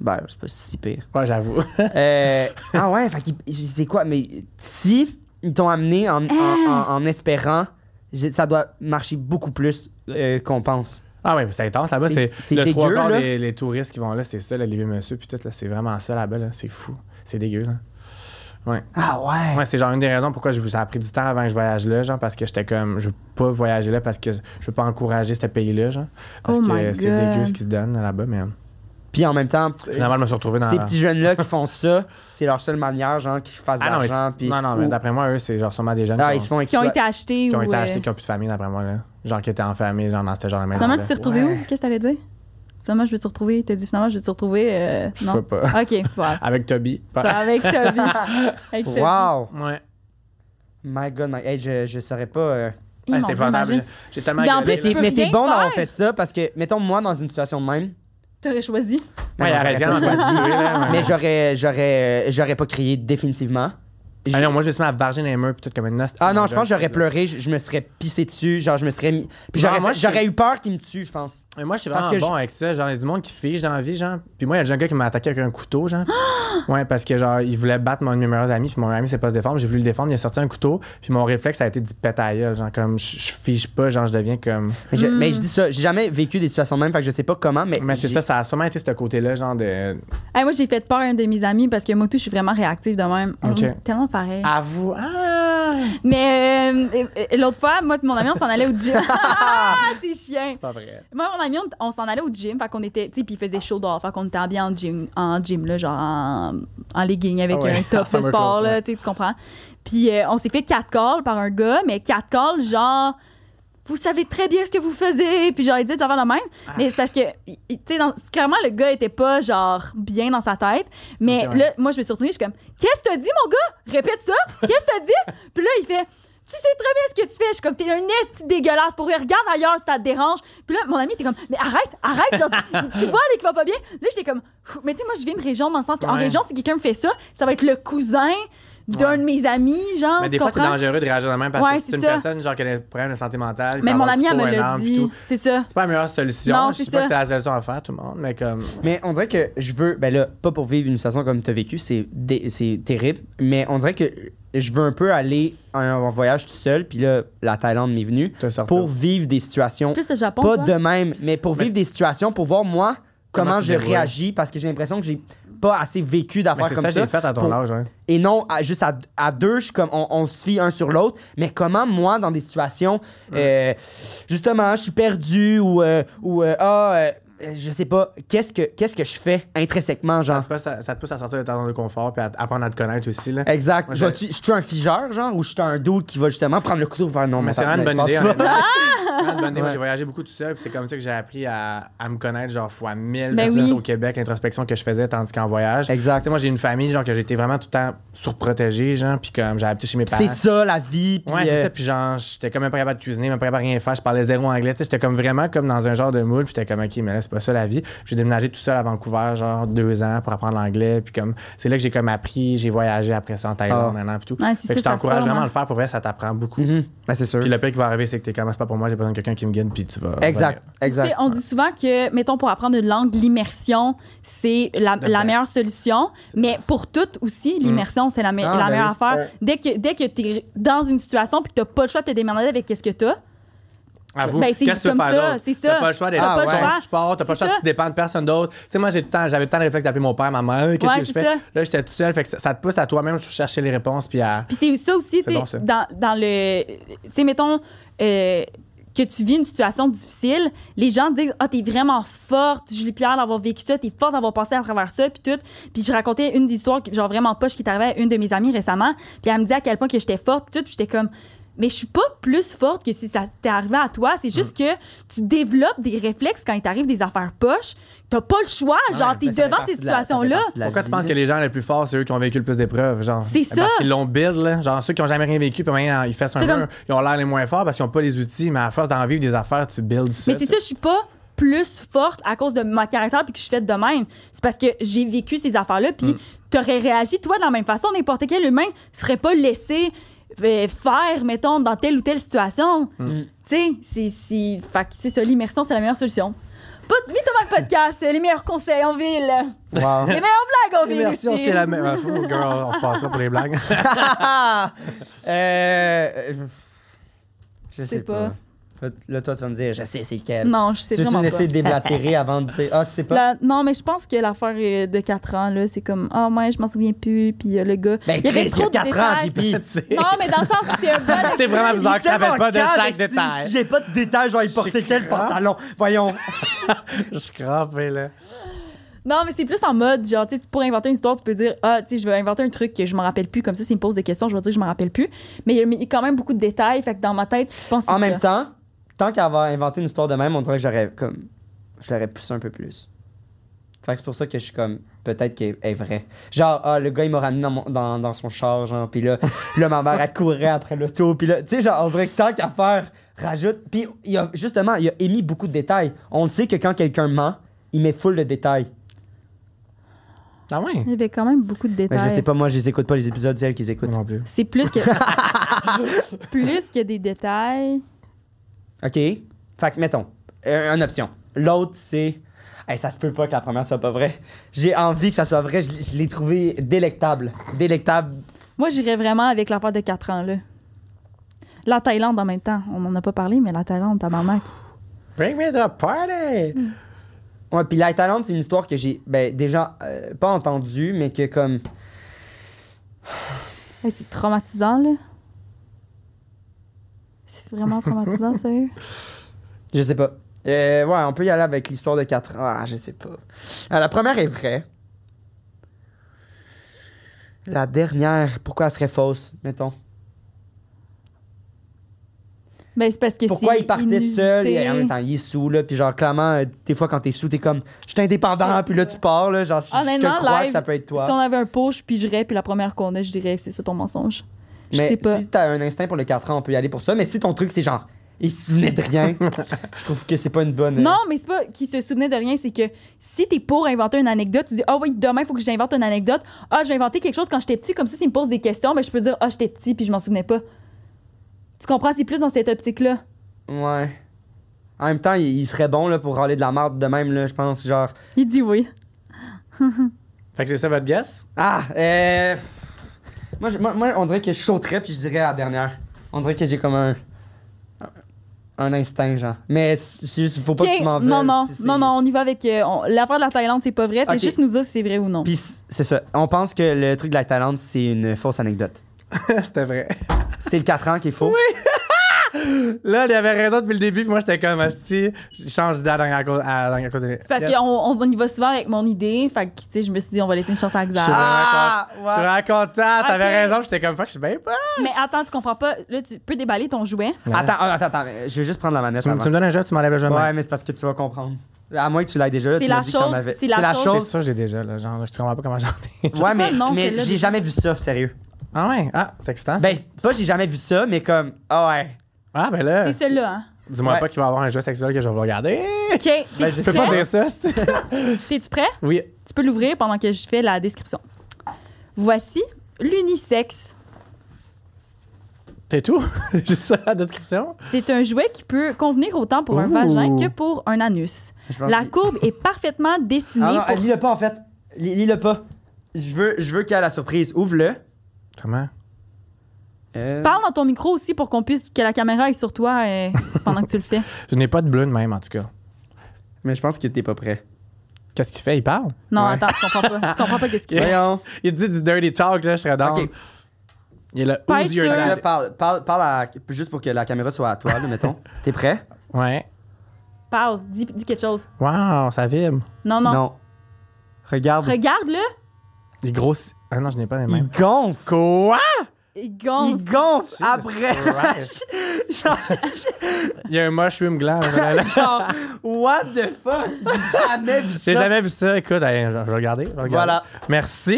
Ben, c'est pas si pire.
Ouais, j'avoue.
Euh, ah ouais, fait qu'il- c'est quoi? Mais si ils t'ont amené en, en-
Hein?
en- en espérant, j'ai- ça doit marcher beaucoup plus euh, qu'on pense.
Ah oui, mais c'est intense là-bas.
C'est-
C'est,
c'est
le
dégueu,
trois quarts
là.
des les touristes qui vont là, c'est ça, là, les vieux monsieur, puis tout, là, c'est vraiment ça là-bas, là. c'est fou. C'est dégueu, là. Ouais.
Ah ouais.
Ouais, c'est genre une des raisons pourquoi je vous ça a pris du temps avant que je voyage là, genre parce que j'étais comme je veux pas voyager là parce que je veux pas encourager ce pays-là, genre. Parce
Oh my
que c'est
God.
dégueu ce qui se donne là-bas, mais euh,
Puis en même temps,
finalement je me
euh,
suis retrouvé dans
ces
la-
petits jeunes-là qui font ça, c'est leur seule manière, genre, qu'ils fassent de
Ah non, mais
l'argent.
c'est-
puis-
non, non, mais
ou-
d'après moi, eux, c'est genre sûrement des jeunes
Ah,
qui,
ils
ont,
se font
Qui ont
explo-
été achetés
qui ont
ou.
été
euh,
achetés, qui ont plus de famille d'après moi, là. Genre qui étaient en famille, genre dans ce genre de maison.
Finalement, tu t'es retrouvé où?
Ouais.
Qu'est-ce que t'allais dire? Finalement, je vais te retrouver. T'as dit finalement, je vais te retrouver. euh,
Je
non.
sais pas.
Ok, c'est pas grave.
Avec Toby.
Ça, avec Toby. Avec Toby.
Ben,
Wow!
Ouais.
My God, my... Hey, je, je saurais pas... euh.
Hey,
Ouais,
mon
c'était
Dieu,
Ah, épouvantable.
imagine,
J'ai- J'ai tellement
Mais en
gueulé,
plus, peux
Mais
là.
mais t'es
rien
bon d'avoir
faire.
fait ça, parce que, mettons, moi, dans une situation de même,
T'aurais choisi.
Mais
Ouais,
non,
la
j'aurais
raison,
pas
on va
choisi.
se tuer,
Ah.
là,
Mais j'aurais, j'aurais, euh, j'aurais pas crié définitivement.
Ah non, moi, je me suis mis à varger dans les murs, puis tout comme une noce.
Ah non, je pense que j'aurais pleuré, je, je me serais pissé dessus, genre je me serais mis. Puis
Non,
j'aurais,
moi,
fait-
je-
j'aurais eu peur qu'il me tue, je pense.
Mais moi, je suis
Parce
vraiment
que
bon avec ça. Genre, il y a du monde qui fige dans la vie, genre. Puis moi, il y a déjà un gars qui m'a attaqué avec un couteau, genre. ouais, parce que, genre, il voulait battre mon de mes meilleurs amis, puis mon meilleur ami, c'est pas se défendre. J'ai voulu le défendre, il a sorti un couteau, puis mon réflexe, ça a été du pétail, genre, comme, je, je fige pas, genre, je deviens comme.
Mais je, mais je dis ça, j'ai jamais vécu des situations de même, fait que je sais pas comment, mais.
Mais c'est
j'ai-
ça, ça a sûrement été ce côté-là, genre, de.
Hey, moi, j'ai fait peur à un de mes amis parce que moi, tout, je suis vraiment réactive de même. On
Ok.
est tellement pareil.
À vous. Ah!
Mais euh, euh, euh, l'autre fois, moi et mon ami, on s'en allait au gym. ah, c'est chien.
Pas vrai.
Moi et mon ami, on, on s'en allait au gym. Fait qu'on était, tu sais, puis il faisait chaud dehors. Fait qu'on était habillés en gym, en gym là, genre en, en legging avec
Ah ouais,
un top de
summer
sport,
clothes,
là,
ouais.
tu sais, tu comprends. Puis euh, on s'est fait quatre calls par un gars, mais quatre calls, genre. Vous savez très bien ce que vous faisiez, puis genre il disait avant la même,
Ah.
mais c'est parce que il- il- tu sais dans- clairement le gars était pas genre bien dans sa tête, mais
Ok, ouais.
là moi je me suis retournée, je suis comme qu'est-ce que t'as dit mon gars répète ça qu'est-ce que t'as dit puis là il fait tu sais très bien ce que tu fais. Je suis comme, t'es un esti dégueulasse pour vrai. Regarde ailleurs si ça te dérange. Puis là, mon ami était comme, mais arrête, arrête. Genre, tu- tu vois, les qui va pas bien. Là, j'étais comme, Ouh. mais tu sais, moi, je viens de région dans le sens qu'en
Ouais.
région, si quelqu'un me fait ça, ça va être le cousin d'un
Ouais.
de mes amis. Genre,
Mais des
tu
fois, c'est
comprends?
dangereux de réagir de même parce
Ouais,
que si
c'est
c'est une
ça.
personne, genre, qui a des problèmes de santé mentale.
Mais
puis
mon
avoir
ami, elle
trop
me
un
l'a
arme, puis
dit.
tout.
C'est ça.
C'est pas la meilleure solution.
Non,
je
c'est
sais
ça.
pas que c'est la solution à faire, tout le monde, mais comme.
Mais on dirait que je veux. Ben là, pas pour vivre une situation comme tu as vécu, c'est dé- c'est terrible. Mais on dirait que je veux un peu aller en, en voyage tout seul, puis là, la Thaïlande m'est venue,
T'as sorti.
pour vivre des situations.
Plus le Japon.
Pas
toi.
de même, mais pour
Mais-
vivre des situations, pour voir moi comment,
Comment tu te
je
débrouilles.
réagis, parce que j'ai l'impression que j'ai pas assez vécu
Mais
d'affaires
c'est
comme
ça,
ça.
j'ai fait à ton
pour-
âge, hein.
Et non, à- juste à, à deux, je suis comme, on, on se fie un sur l'autre. Mais comment, moi, dans des situations, euh, justement, je suis perdu ou, euh, ou euh, ah, euh, je sais pas, qu'est-ce que, qu'est-ce que je fais intrinsèquement, genre?
te pousse à- ça te pousse à sortir de ta zone de confort puis à t- apprendre à te connaître aussi. Là.
Exact.
Moi,
Je
j'ai-
tu- je suis un figeur, genre, ou je suis un dude qui va justement prendre le couteau vers non,
mais
mon
c'est vraiment
partenaire,
une bonne
je
idée.
pense pas.
honnêtement. C'est vraiment une bonne idée. Moi,
Ouais.
j'ai voyagé beaucoup tout seul, puis c'est comme ça que j'ai appris à, à me connaître, genre, fois mille.
Ben
versus
oui.
au Québec, l'introspection que je faisais tandis qu'en voyage. Tu
Exact.
sais, moi, j'ai une famille, genre, que j'étais vraiment tout le temps surprotégée, genre, puis comme j'ai habité chez mes parents.
C'est ça, la vie. puis,
Ouais, c'est
euh,
ça. Puis genre, j'étais comme même pas capable de cuisiner, même pas capable de rien faire. Je parlais zéro anglais. Tu sais, J'étais comme vraiment comme dans un genre de moule. Puis j'étais comme, OK, mais là, c'est pas ça la vie. Puis J'ai déménagé tout seul à Vancouver, genre deux ans pour apprendre l'anglais. Puis comme, c'est là que j'ai comme appris. J'ai voyagé après ça en Thaïlande,
Ah.
un an, puis tout.
Ouais, c'est
fait que je
ça, ça
t'encourage
forme,
vraiment
hein.
à le faire. Pour vrai, ça t'apprend beaucoup.
mhm, ben, c'est sûr.
Puis le pire qui va arriver, c'est que t'es comme, Ah, c'est pas pour moi, j'ai besoin de quelqu'un qui me guide, puis tu vas.
Exact,
Tu sais,
exact.
on dit souvent que, mettons, pour apprendre une langue, l'immersion, c'est la, la
best.
meilleure solution. Mais pour toutes aussi, l'immersion, c'est la, me-
Ah,
la
ben
meilleure
oui.
affaire.
Ouais.
Dès que, dès que tu es dans une situation puis que tu n'as pas le choix de te démerder avec qu'est-ce que tu as,
À vous,
Ben, c'est
qu'est-ce que tu veux
comme
faire
ça,
d'autre?
c'est ça.
T'as pas le choix d'être
Ah,
dans
ouais.
ton support, t'as pas le
C'est
choix de
ça.
tu dépendre de personne d'autre. Tu sais, moi, j'ai le temps- j'avais le temps de réflexe d'appeler mon père, ma mère, qu'est-ce
Ouais,
que je
c'est
fais?
ça.
Là, j'étais tout seul, fait que ça, ça te pousse à toi-même de chercher les réponses, puis à.
Puis c'est ça aussi,
C'est
tu sais,
bon, ça.
dans, dans le. Tu sais, mettons. euh, que tu vis une situation difficile, les gens te disent Ah, t'es vraiment forte, Julie Pierre, d'avoir vécu ça, t'es forte d'avoir passé à travers ça, puis tout. Puis je racontais une des histoires, que- genre vraiment poche, qui est arrivée à une de mes amies récemment, puis elle me dit à quel point que j'étais forte, puis tout, puis j'étais comme Mais je suis pas plus forte que si ça t'est arrivé à toi, c'est juste
Mm.
que tu développes des réflexes quand il t'arrive des affaires poches, t'as pas le choix, genre,
Ouais,
t'es
Ben, ça fait
devant
partie
ces
de la- ça fait
situations-là.
partie de la
Pourquoi
vie,
tu penses que les gens les plus forts, c'est eux qui ont vécu le plus d'épreuves, genre? Eh,
C'est
Parce
ça.
qu'ils l'ont build, là. Genre, ceux qui ont jamais rien vécu, puis maintenant, ils fessent un
C'est
mur,
comme-
ils ont l'air les moins forts parce qu'ils ont pas les outils, mais à force d'en vivre des affaires, tu builds ça.
Mais c'est
tu
ça, je suis pas plus forte à cause de mon caractère puis que je suis faite de même. C'est parce que j'ai vécu ces affaires-là, puis t'aurais réagi, toi, de la même façon. N'importe quel humain serait pas laissé euh, faire, mettons, dans telle ou telle situation. Tu sais, c'est- c'est... fait que c'est ça, l'immersion, c'est la meilleure solution. Pod- Mythoman Podcast, les meilleurs conseils en ville,
Wow.
les meilleures blagues en ville
L'immersion,
aussi.
c'est la même. Ah, fou, girl, on passera pour les blagues.
Euh, je sais
sais
pas.
pas.
Là, toi, tu vas me dire, je sais c'est lequel.
Non, je sais
tu veux-tu
vraiment
me
pas.
laisser déblatérer avant de dire, ah, tu sais pas?
La- non, mais je pense que l'affaire euh, de 4 ans, là, c'est comme, ah, moi, je m'en souviens plus, puis euh, le gars.
Ben,
il y avait
Chris, il y
trop
a
de
4 ans,
détails.
JP.
Tu sais.
Non, mais dans le sens que c'est un bon
C'est vraiment bizarre que ça
Tellement
s'appelle pas de
calme,
chaque
si- Si
détail.
j'ai pas de détails, je vais y porter quel pantalon? Voyons.
Je suis crampé, là.
Non, mais c'est plus en mode, genre, tu sais, pour inventer une histoire, tu peux dire, ah, tu sais, je vais inventer un truc que je me rappelle plus. Comme ça, s'il me pose des questions, je vais dire que je me rappelle plus. Mais il y a- il y a quand même beaucoup de détails. Fait que dans ma tête, je pense que
En
c'est
même
ça.
temps, tant qu'à avoir inventé une histoire de même, on dirait que j'aurais comme. Je l'aurais poussé un peu plus. Fait que c'est pour ça que je suis comme. Peut-être qu'elle est vraie. Genre, ah, le gars, il m'a ramené dans, mon- dans, dans son char, genre, pis là, puis là, ma mère, elle courait après l'auto, pis là, tu sais, genre, on dirait que tant qu'à faire, rajoute. Puis, il y a, justement, il a émis beaucoup de détails. On le sait que quand quelqu'un ment, il met full de détails.
Ah ouais?
Il y avait quand même beaucoup de
Ben,
détails.
je sais pas, moi, je les écoute pas, les épisodes, c'est elle qui les écoute.
Moi Non plus.
C'est plus que. plus que des détails.
OK. Fait que, mettons, euh, une option. L'autre, c'est. Hey, ça se peut pas que la première soit pas vraie. J'ai envie que ça soit vrai. Je, l'ai- je l'ai trouvé délectable. Délectable.
Moi, j'irais vraiment avec l'affaire de 4 ans, là. La Thaïlande en même temps. On n'en a pas parlé, mais la Thaïlande, tabarnak.
Bring me the party!
Ouais, puis Light Island, c'est une histoire que j'ai ben, déjà euh, pas entendue, mais que comme.
Hey, c'est traumatisant, là. C'est vraiment traumatisant, sérieux.
Je sais pas. Euh, ouais, on peut y aller avec l'histoire de 4 ans. Ah, je sais pas. Ah, la première est vraie. La dernière, pourquoi elle serait fausse, mettons?
Ben, c'est parce que
Pourquoi
c'est
il partait tout seul et en
inusité.
même temps il est sous là puis genre clairement euh, des fois quand t'es sous t'es comme je suis indépendant puis là tu pars là genre je- je te
Honnêtement,
crois
live,
que ça peut être
Si on
toi
avait un pot, je pigerais, puis la première qu'on a, je dirais c'est ça ton mensonge. Je
mais
sais pas.
si t'as un instinct pour le 4 ans on peut y aller pour ça mais si ton truc c'est genre il se souvenait de rien je trouve que c'est pas une bonne euh,
Non, mais c'est pas qu'il se souvenait de rien, c'est que si t'es pour inventer une anecdote, tu dis Ah oui, demain, il faut que j'invente une anecdote. Ah, je vais inventer quelque chose quand j'étais petit, comme ça, s'il me pose des questions, ben, je peux dire Ah, j'étais petit, puis je m'en souvenais pas. Tu comprends, c'est plus dans cette optique-là.
ouais en même temps il, il serait bon là pour râler de la merde de même là je pense genre
Il dit oui.
Fait que c'est ça votre guess?
ah euh... moi, je- moi, moi, on dirait que je sauterais puis je dirais la dernière on dirait que j'ai comme un un instinct genre mais c'est juste faut pas que
Ok,
tu m'en veuilles
non, non,
si c'est-
non, non, on y va avec. euh, on- L'affaire de la Thaïlande, c'est pas vrai. Fais
Ok.
juste nous dire si c'est vrai ou non.
Puis c- c'est ça. On pense que le truc de la Thaïlande, c'est une fausse anecdote.
C'était vrai.
C'est le 4 ans qui est faux.
Là, il avait raison depuis le début, puis moi, j'étais comme, Asti, je change d'idée à la dernière cause. à la dernière cause de-
C'est parce
Yes.
qu'on on- on y va souvent avec mon idée. Fait que, tu sais, je me suis dit, on va laisser une chance à
Je suis
Xav.
vraiment
Ah,
content.
ouais.
Je suis vraiment content. T'avais
Ok.
raison, j'étais comme, fuck, je suis bien pas.
Mais attends, tu comprends pas. Là, tu peux déballer ton jouet.
Attends, oh, attends, attends. euh, Je vais juste prendre la manette.
Tu, me-
avant.
tu me donnes un jeu, tu m'enlèves le jeu. de main.
Ouais, mais c'est parce que tu vas comprendre. À moins que tu l'aies déjà. là,
C'est
tu m'as
la
dit que t'en
chose-
avais-
c'est la chose-
C'est ça, j'ai déjà, là. Genre, je comprends pas comment j'en ai.
Ouais, mais,
le nom,
mais
celle-là,
j'ai
déjà.
jamais vu ça, sérieux.
Ah ouais? Ah, c'est excitant. ça.
Ben, pas j'ai jamais vu ça, mais comme. Ah ouais.
ah, ben là.
C'est celle-là, hein.
Dis-moi
Ouais.
pas qu'il va y avoir un jeu sexuel que je vais vous regarder.
OK. T'es-tu
Ben, je
Tu peux pas
prêt?
dire ça, c'est-
T'es-tu prêt?
Oui.
Tu peux l'ouvrir pendant que je fais la description. Voici l'unisex.
T'es tout? Juste ça, la description?
C'est un jouet qui peut convenir autant pour un
Ouh.
vagin que pour un anus.
Je pense
La
que-
courbe est parfaitement dessinée.
Ah non,
pour-
euh, lis-le pas en fait. Lis- Lis-le pas. Je veux, je veux qu'il y ait la surprise. Ouvre-le.
Comment?
Euh,
Parle dans ton micro aussi pour qu'on puisse que la caméra est sur toi euh, pendant que tu le fais.
Je n'ai pas de bleu de même, en tout cas.
Mais je pense que t'es pas prêt.
Qu'est-ce qu'il fait? Il parle?
Non,
Ouais.
attends, tu comprends pas. Tu comprends pas qu'est-ce qu'il y a.
Voyons.
Il dit du dirty talk, là, je serais dans.
Ok.
Il est là,
Pas
who's your
sûr.
Fait que là,
dad?
parle, parle, parle à- juste pour que la caméra soit à toi, là, mettons. T'es prêt?
Ouais.
Parle, dis, dis quelque chose.
Wow, ça vibre.
Non, non.
Regarde.
Regarde-le.
Il grossit. Ah non, je n'ai pas les
Il
mêmes.
gonfle.
Quoi?
Il
Il
gonfle.
gonfle
Jesus
après.
Christ.
Genre,
Il y a un mushroom gland. là, là.
genre, what the fuck? J'ai jamais vu ça.
J'ai jamais vu ça. Écoute, allez, je je vais regarder. je vais regarder.
Voilà.
Merci.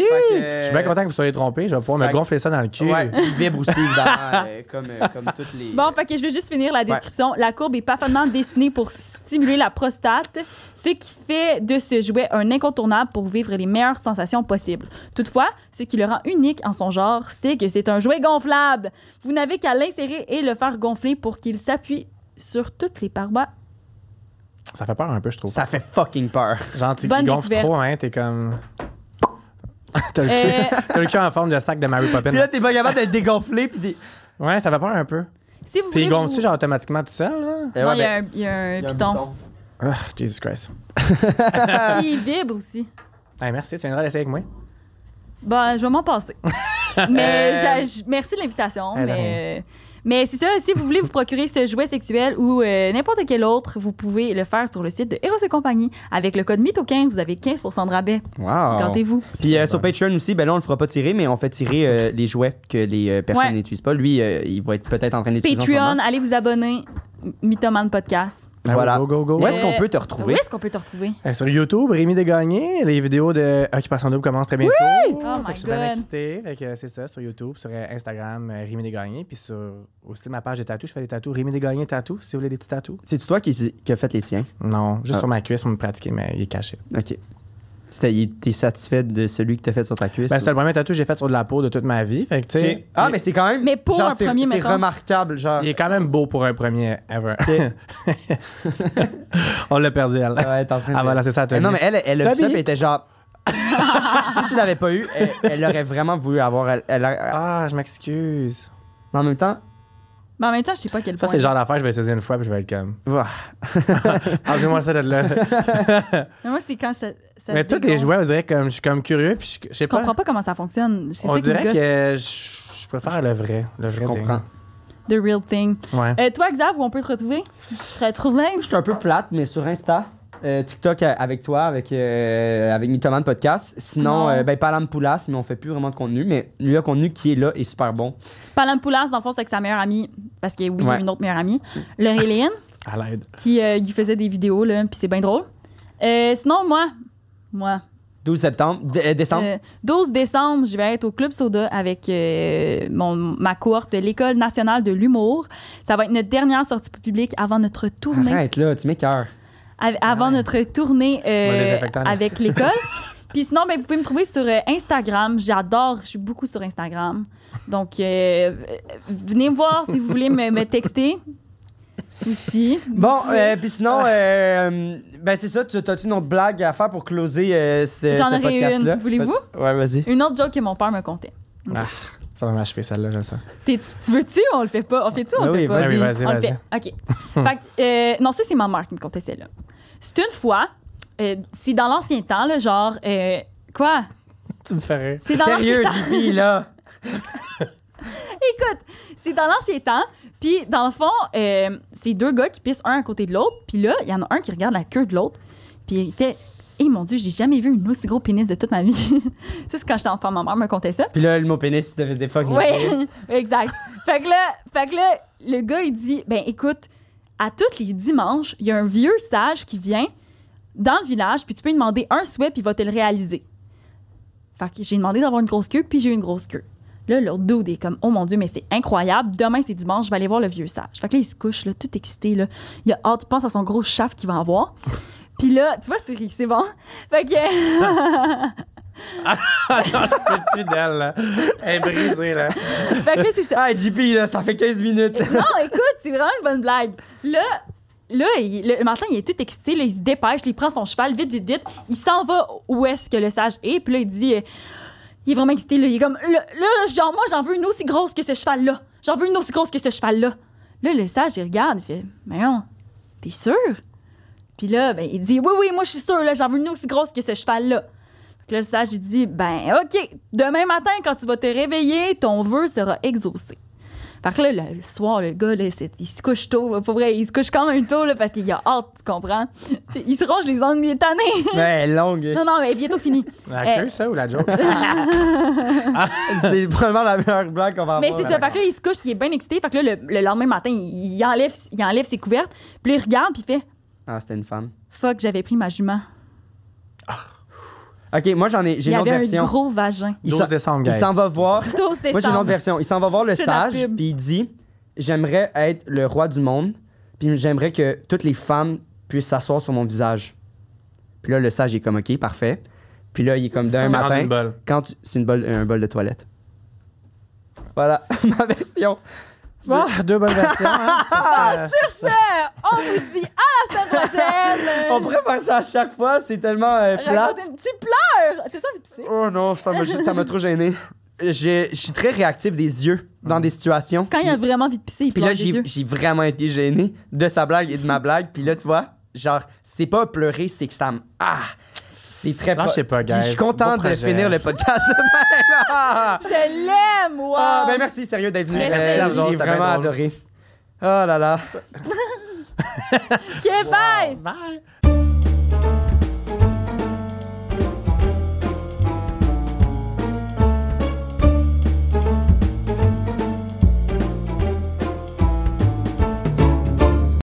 Fait que-
Je suis bien content que vous soyez trompés. Je vais pouvoir
Fait
me
que-
gonfler ça dans le cul.
Ouais, il vibre aussi, évidemment, euh, comme, euh, comme toutes les.
Bon, fait que je vais juste finir la description. La courbe est parfaitement dessinée pour stimuler la prostate, ce qui fait de ce jouet un incontournable pour vivre les meilleures sensations possibles. Toutefois, ce qui le rend unique en son genre, c'est que c'est un jouet gonflable. Vous n'avez qu'à l'insérer et le faire gonfler pour qu'il s'appuie sur toutes les parois.
Ça fait peur un peu, je trouve.
Ça fait fucking peur.
Genre, tu
Bonne
gonfles
découverte.
trop, hein. T'es comme. T'as le,
Euh.
cul- t'as le cul en forme de sac de Mary Poppins.
Puis là, t'es pas capable de le dégonfler. Puis des...
Ouais, ça fait peur un peu.
Si vous voulez.
Puis il
vous-
gonfle-tu, genre, automatiquement tout seul, là?
Eh
Non,
ouais,
il y a
ben,
un- il y a un
il y a un
piton.
bouton.
Ah, Jesus Christ.
Puis il vibre aussi.
Hey, merci, tu viendras l'essayer avec moi.
Ben, je vais m'en passer. mais
Euh,
j'a- j- merci de l'invitation.
Eh, de
Mais, euh, mais c'est ça, si vous voulez vous procurer ce jouet sexuel ou euh, n'importe quel autre, vous pouvez le faire sur le site de Heroes et compagnie. Avec le code MITO15, vous avez 15 de rabais.
Oh.
Wow.
Gardez-vous.
Puis euh, sur Patreon aussi, ben là, on le fera pas tirer, mais on fait tirer euh, les jouets que les euh, personnes
Ouais.
n'utilisent pas. Lui, euh, il va être peut-être en train d'utiliser. en ce
Patreon,
moment.
allez vous abonner. M- Mythoman Podcast.
Ah,
Voilà.
Go, go, go.
Où est-ce
Euh,
qu'on peut te
Où
retrouver?
est-ce qu'on peut te retrouver?
Euh, sur YouTube, Rémi Degagné, les vidéos de Occupation Double commencent très bientôt.
Oh
Fait que
my
je suis bien
God.
excité. Fait que, euh, c'est ça, sur YouTube, sur euh, Instagram, euh, Rémi Degagné. Puis sur aussi ma page de tatou, je fais des tatous. Rémi Degagné tatou, si vous voulez des petits tatous.
C'est toi qui, qui as fait les tiens.
Non, juste
Ah.
sur ma cuisse pour me pratiquer, mais il est caché.
Ok. C'était, il- t'es satisfait de celui que t'as fait sur ta cuisse?
Ben,
ou-
c'était le premier tatou que j'ai fait sur de la peau de toute ma vie. Fait que, tu sais,
Ok. Ah,
il-
mais c'est quand même.
Mais pour
genre,
un
c'est-
premier,
C'est
mettons.
remarquable, genre.
il est quand même beau pour un premier ever. On l'a perdu, elle.
Ouais, t'es en train de-
Ah, voilà, c'est ça,
Mais
Tony.
non, mais elle, elle a vu ça,
T'habilles.
puis elle était genre. si tu l'avais pas eu, elle, elle aurait vraiment voulu avoir. Elle, elle a-
Ah, je m'excuse.
Mais en même temps,
Mais en même temps, je sais pas à quel
Ça,
point.
c'est le genre d'affaire, je vais essayer une fois, puis je vais être comme.
ouah.
Enlevez-moi ça de là.
Mais moi, c'est quand ça. ça
mais
se
tous les
dégonfle.
jouets, on dirait comme je suis comme curieux, puis je, je
Je
sais pas.
comprends pas comment ça fonctionne. C'est
On
ça qui me
dirait
gosse.
que je, je préfère le vrai. Le
je
vrai thing.
comprends.
The real thing.
Ouais.
Euh, toi, Xav, où on peut te retrouver? Retrouver?
Je suis un peu plate, mais sur Insta, euh, TikTok euh, avec toi, avec, euh, avec Mythoman Podcast. Sinon,
Non.
euh, ben, Palam Poulas, mais on fait plus vraiment de contenu. Mais le contenu qui est là est super bon.
Palam Poulas, dans le fond, c'est avec sa meilleure amie, parce que oui, il y a
Ouais.
une autre meilleure amie, Laure-Hélène,
À l'aide.
qui euh, lui faisait des vidéos, là, puis c'est bien drôle. Euh, sinon, moi, moi,
12 septembre, d- euh, décembre.
euh, 12 décembre, je vais être au Club Soda avec euh, mon, ma cohorte de l'École nationale de l'humour. Ça va être notre dernière sortie publique avant notre tournée.
Arrête là, tu m'écœures.
av- avant
Ouais.
notre tournée euh,
Ouais, désinfectant, là.
avec l'école. Puis sinon, ben, vous pouvez me trouver sur euh, Instagram. J'adore, je suis beaucoup sur Instagram. Donc, euh, euh, venez me voir si vous voulez me, me texter aussi.
Bon, euh, puis sinon, euh, ben c'est ça, tu as-tu une autre blague à faire pour closer euh, ce,
J'en
ce
aurais
podcast-là?
une, voulez-vous?
Ouais, vas-y.
Une autre joke que mon père me contait.
Ça va m'achever celle-là, je le sens.
T'es- tu, tu veux-tu? On le fait pas. On fait-tu? On
Ben
le fait
oui,
pas.
Vas-y.
Ah oui, vas-y,
On le
vas-y.
fait. OK. Fait que, euh, non, ça, c'est ma mère qui me contait celle-là. C'est une fois, euh, c'est dans l'ancien temps, là, genre, euh, quoi?
Tu me ferais.
C'est dans
Sérieux, JP, là.
Écoute, c'est dans l'ancien temps. Puis, dans le fond, euh, c'est deux gars qui pissent un à côté de l'autre. Puis là, il y en a un qui regarde la queue de l'autre. Puis il était. Eh mon Dieu, j'ai jamais vu une aussi gros pénis de toute ma vie. ça, c'est quand j'étais enfant, ma mère me contait ça.
Puis là, le mot pénis, il te faisait fuck.
Ouais, exact. Fait que, là, fait que là, le gars, il dit Ben écoute, à tous les dimanches, il y a un vieux sage qui vient dans le village, puis tu peux lui demander un souhait, puis il va te le réaliser. Fait que j'ai demandé d'avoir une grosse queue, puis j'ai eu une grosse queue. Là, leur dos est comme Oh mon Dieu, mais c'est incroyable. Demain, c'est dimanche, je vais aller voir le vieux sage. Fait que là, il se couche, là, tout excité. Là. Il a hâte, il pense à son gros chaf qu'il va avoir. Puis là, tu vois, tu ris, c'est bon. Fait que.
Ah non, je peux plus d'elle, là. Elle est brisée, là.
fait que là, c'est ça.
Ah, JP, là, ça fait 15 minutes.
Non, écoute, c'est vraiment une bonne blague. Là, là il- le matin, il est tout excité, là, il se dépêche, là, il prend son cheval, vite, vite, vite. Il s'en va où est-ce que le sage est, puis là, il dit. euh, il est vraiment excité, là. Il est comme. Là, là, genre, moi, j'en veux une aussi grosse que ce cheval-là. J'en veux une aussi grosse que ce cheval-là. Là, le sage, il regarde, il fait Mais non, t'es sûr? Puis là, ben, il dit Oui, oui, moi, je suis sûr, là, j'en veux une aussi grosse que ce cheval-là. Fait que là, le sage, il dit Ben, OK, demain matin, quand tu vas te réveiller, ton vœu sera exaucé. Fait que là, le, le soir, le gars, là, c'est- il se couche tôt. là. pour vrai, il se couche quand même tôt là, parce qu'il a hâte, tu comprends? T'sais, il se ronge les ongles, il est tanné.
Ouais, Ben, longue.
non, non, mais bientôt fini.
La
Eh.
queue, ça, ou la joke?
C'est probablement la meilleure blague qu'on va
Mais
avoir.
c'est ça. Fait que là, il se couche, il est bien excité. Fait que là, le, le lendemain matin, il, il enlève, il enlève ses couvertes. Puis là, il regarde, puis il fait
Ah, c'était une femme.
Fuck, j'avais pris ma jument.
Ok, moi, j'en ai, j'ai
Il
une
avait un
autre version.
gros vagin.
Il
12
s'en-
décembre,
il
guys.
s'en va voir.
12
Moi, j'ai une autre
décembre.
version. Il s'en va voir le
C'est la
sage,
pub.
puis il dit J'aimerais être le roi du monde, puis j'aimerais que toutes les femmes puissent s'asseoir sur mon visage. Puis là, le sage il est comme Ok, parfait. Puis là, il est comme d'un
C'est rendu
matin.
une bolle.
Quand tu- C'est une bolle, un bol de toilette. Voilà, ma version.
Bon, deux bonnes versions. hein. Ça, ça-
Sur ce, on vous dit à la semaine prochaine.
On pourrait faire ça à chaque fois, c'est tellement euh, plat.
Raconte une petite pleure. T'as ça envie de pisser?
Oh non, ça m'a ça m'a trop gêné. Mm. J'ai- Je suis très réactif des yeux dans des situations.
Quand il a vraiment envie de pisser, il
Puis
pleure
là,
des yeux.
j'ai j'ai vraiment été gêné de sa blague et de ma blague. Puis là, tu vois, genre, c'est pas pleurer, c'est que ça me. Ah! C'est très
Lâchez
pro-
pas,
Puis Je
guys.
suis content
Beau
de
projet.
finir le podcast de même. Ah!
Je l'aime, wow!
Ah, ben merci, sérieux, d'être venu.
Merci.
Euh,
Merci,
J'ai
ça va être
vraiment
drôle.
adoré. Oh là là.
Ok, bye!
Bye.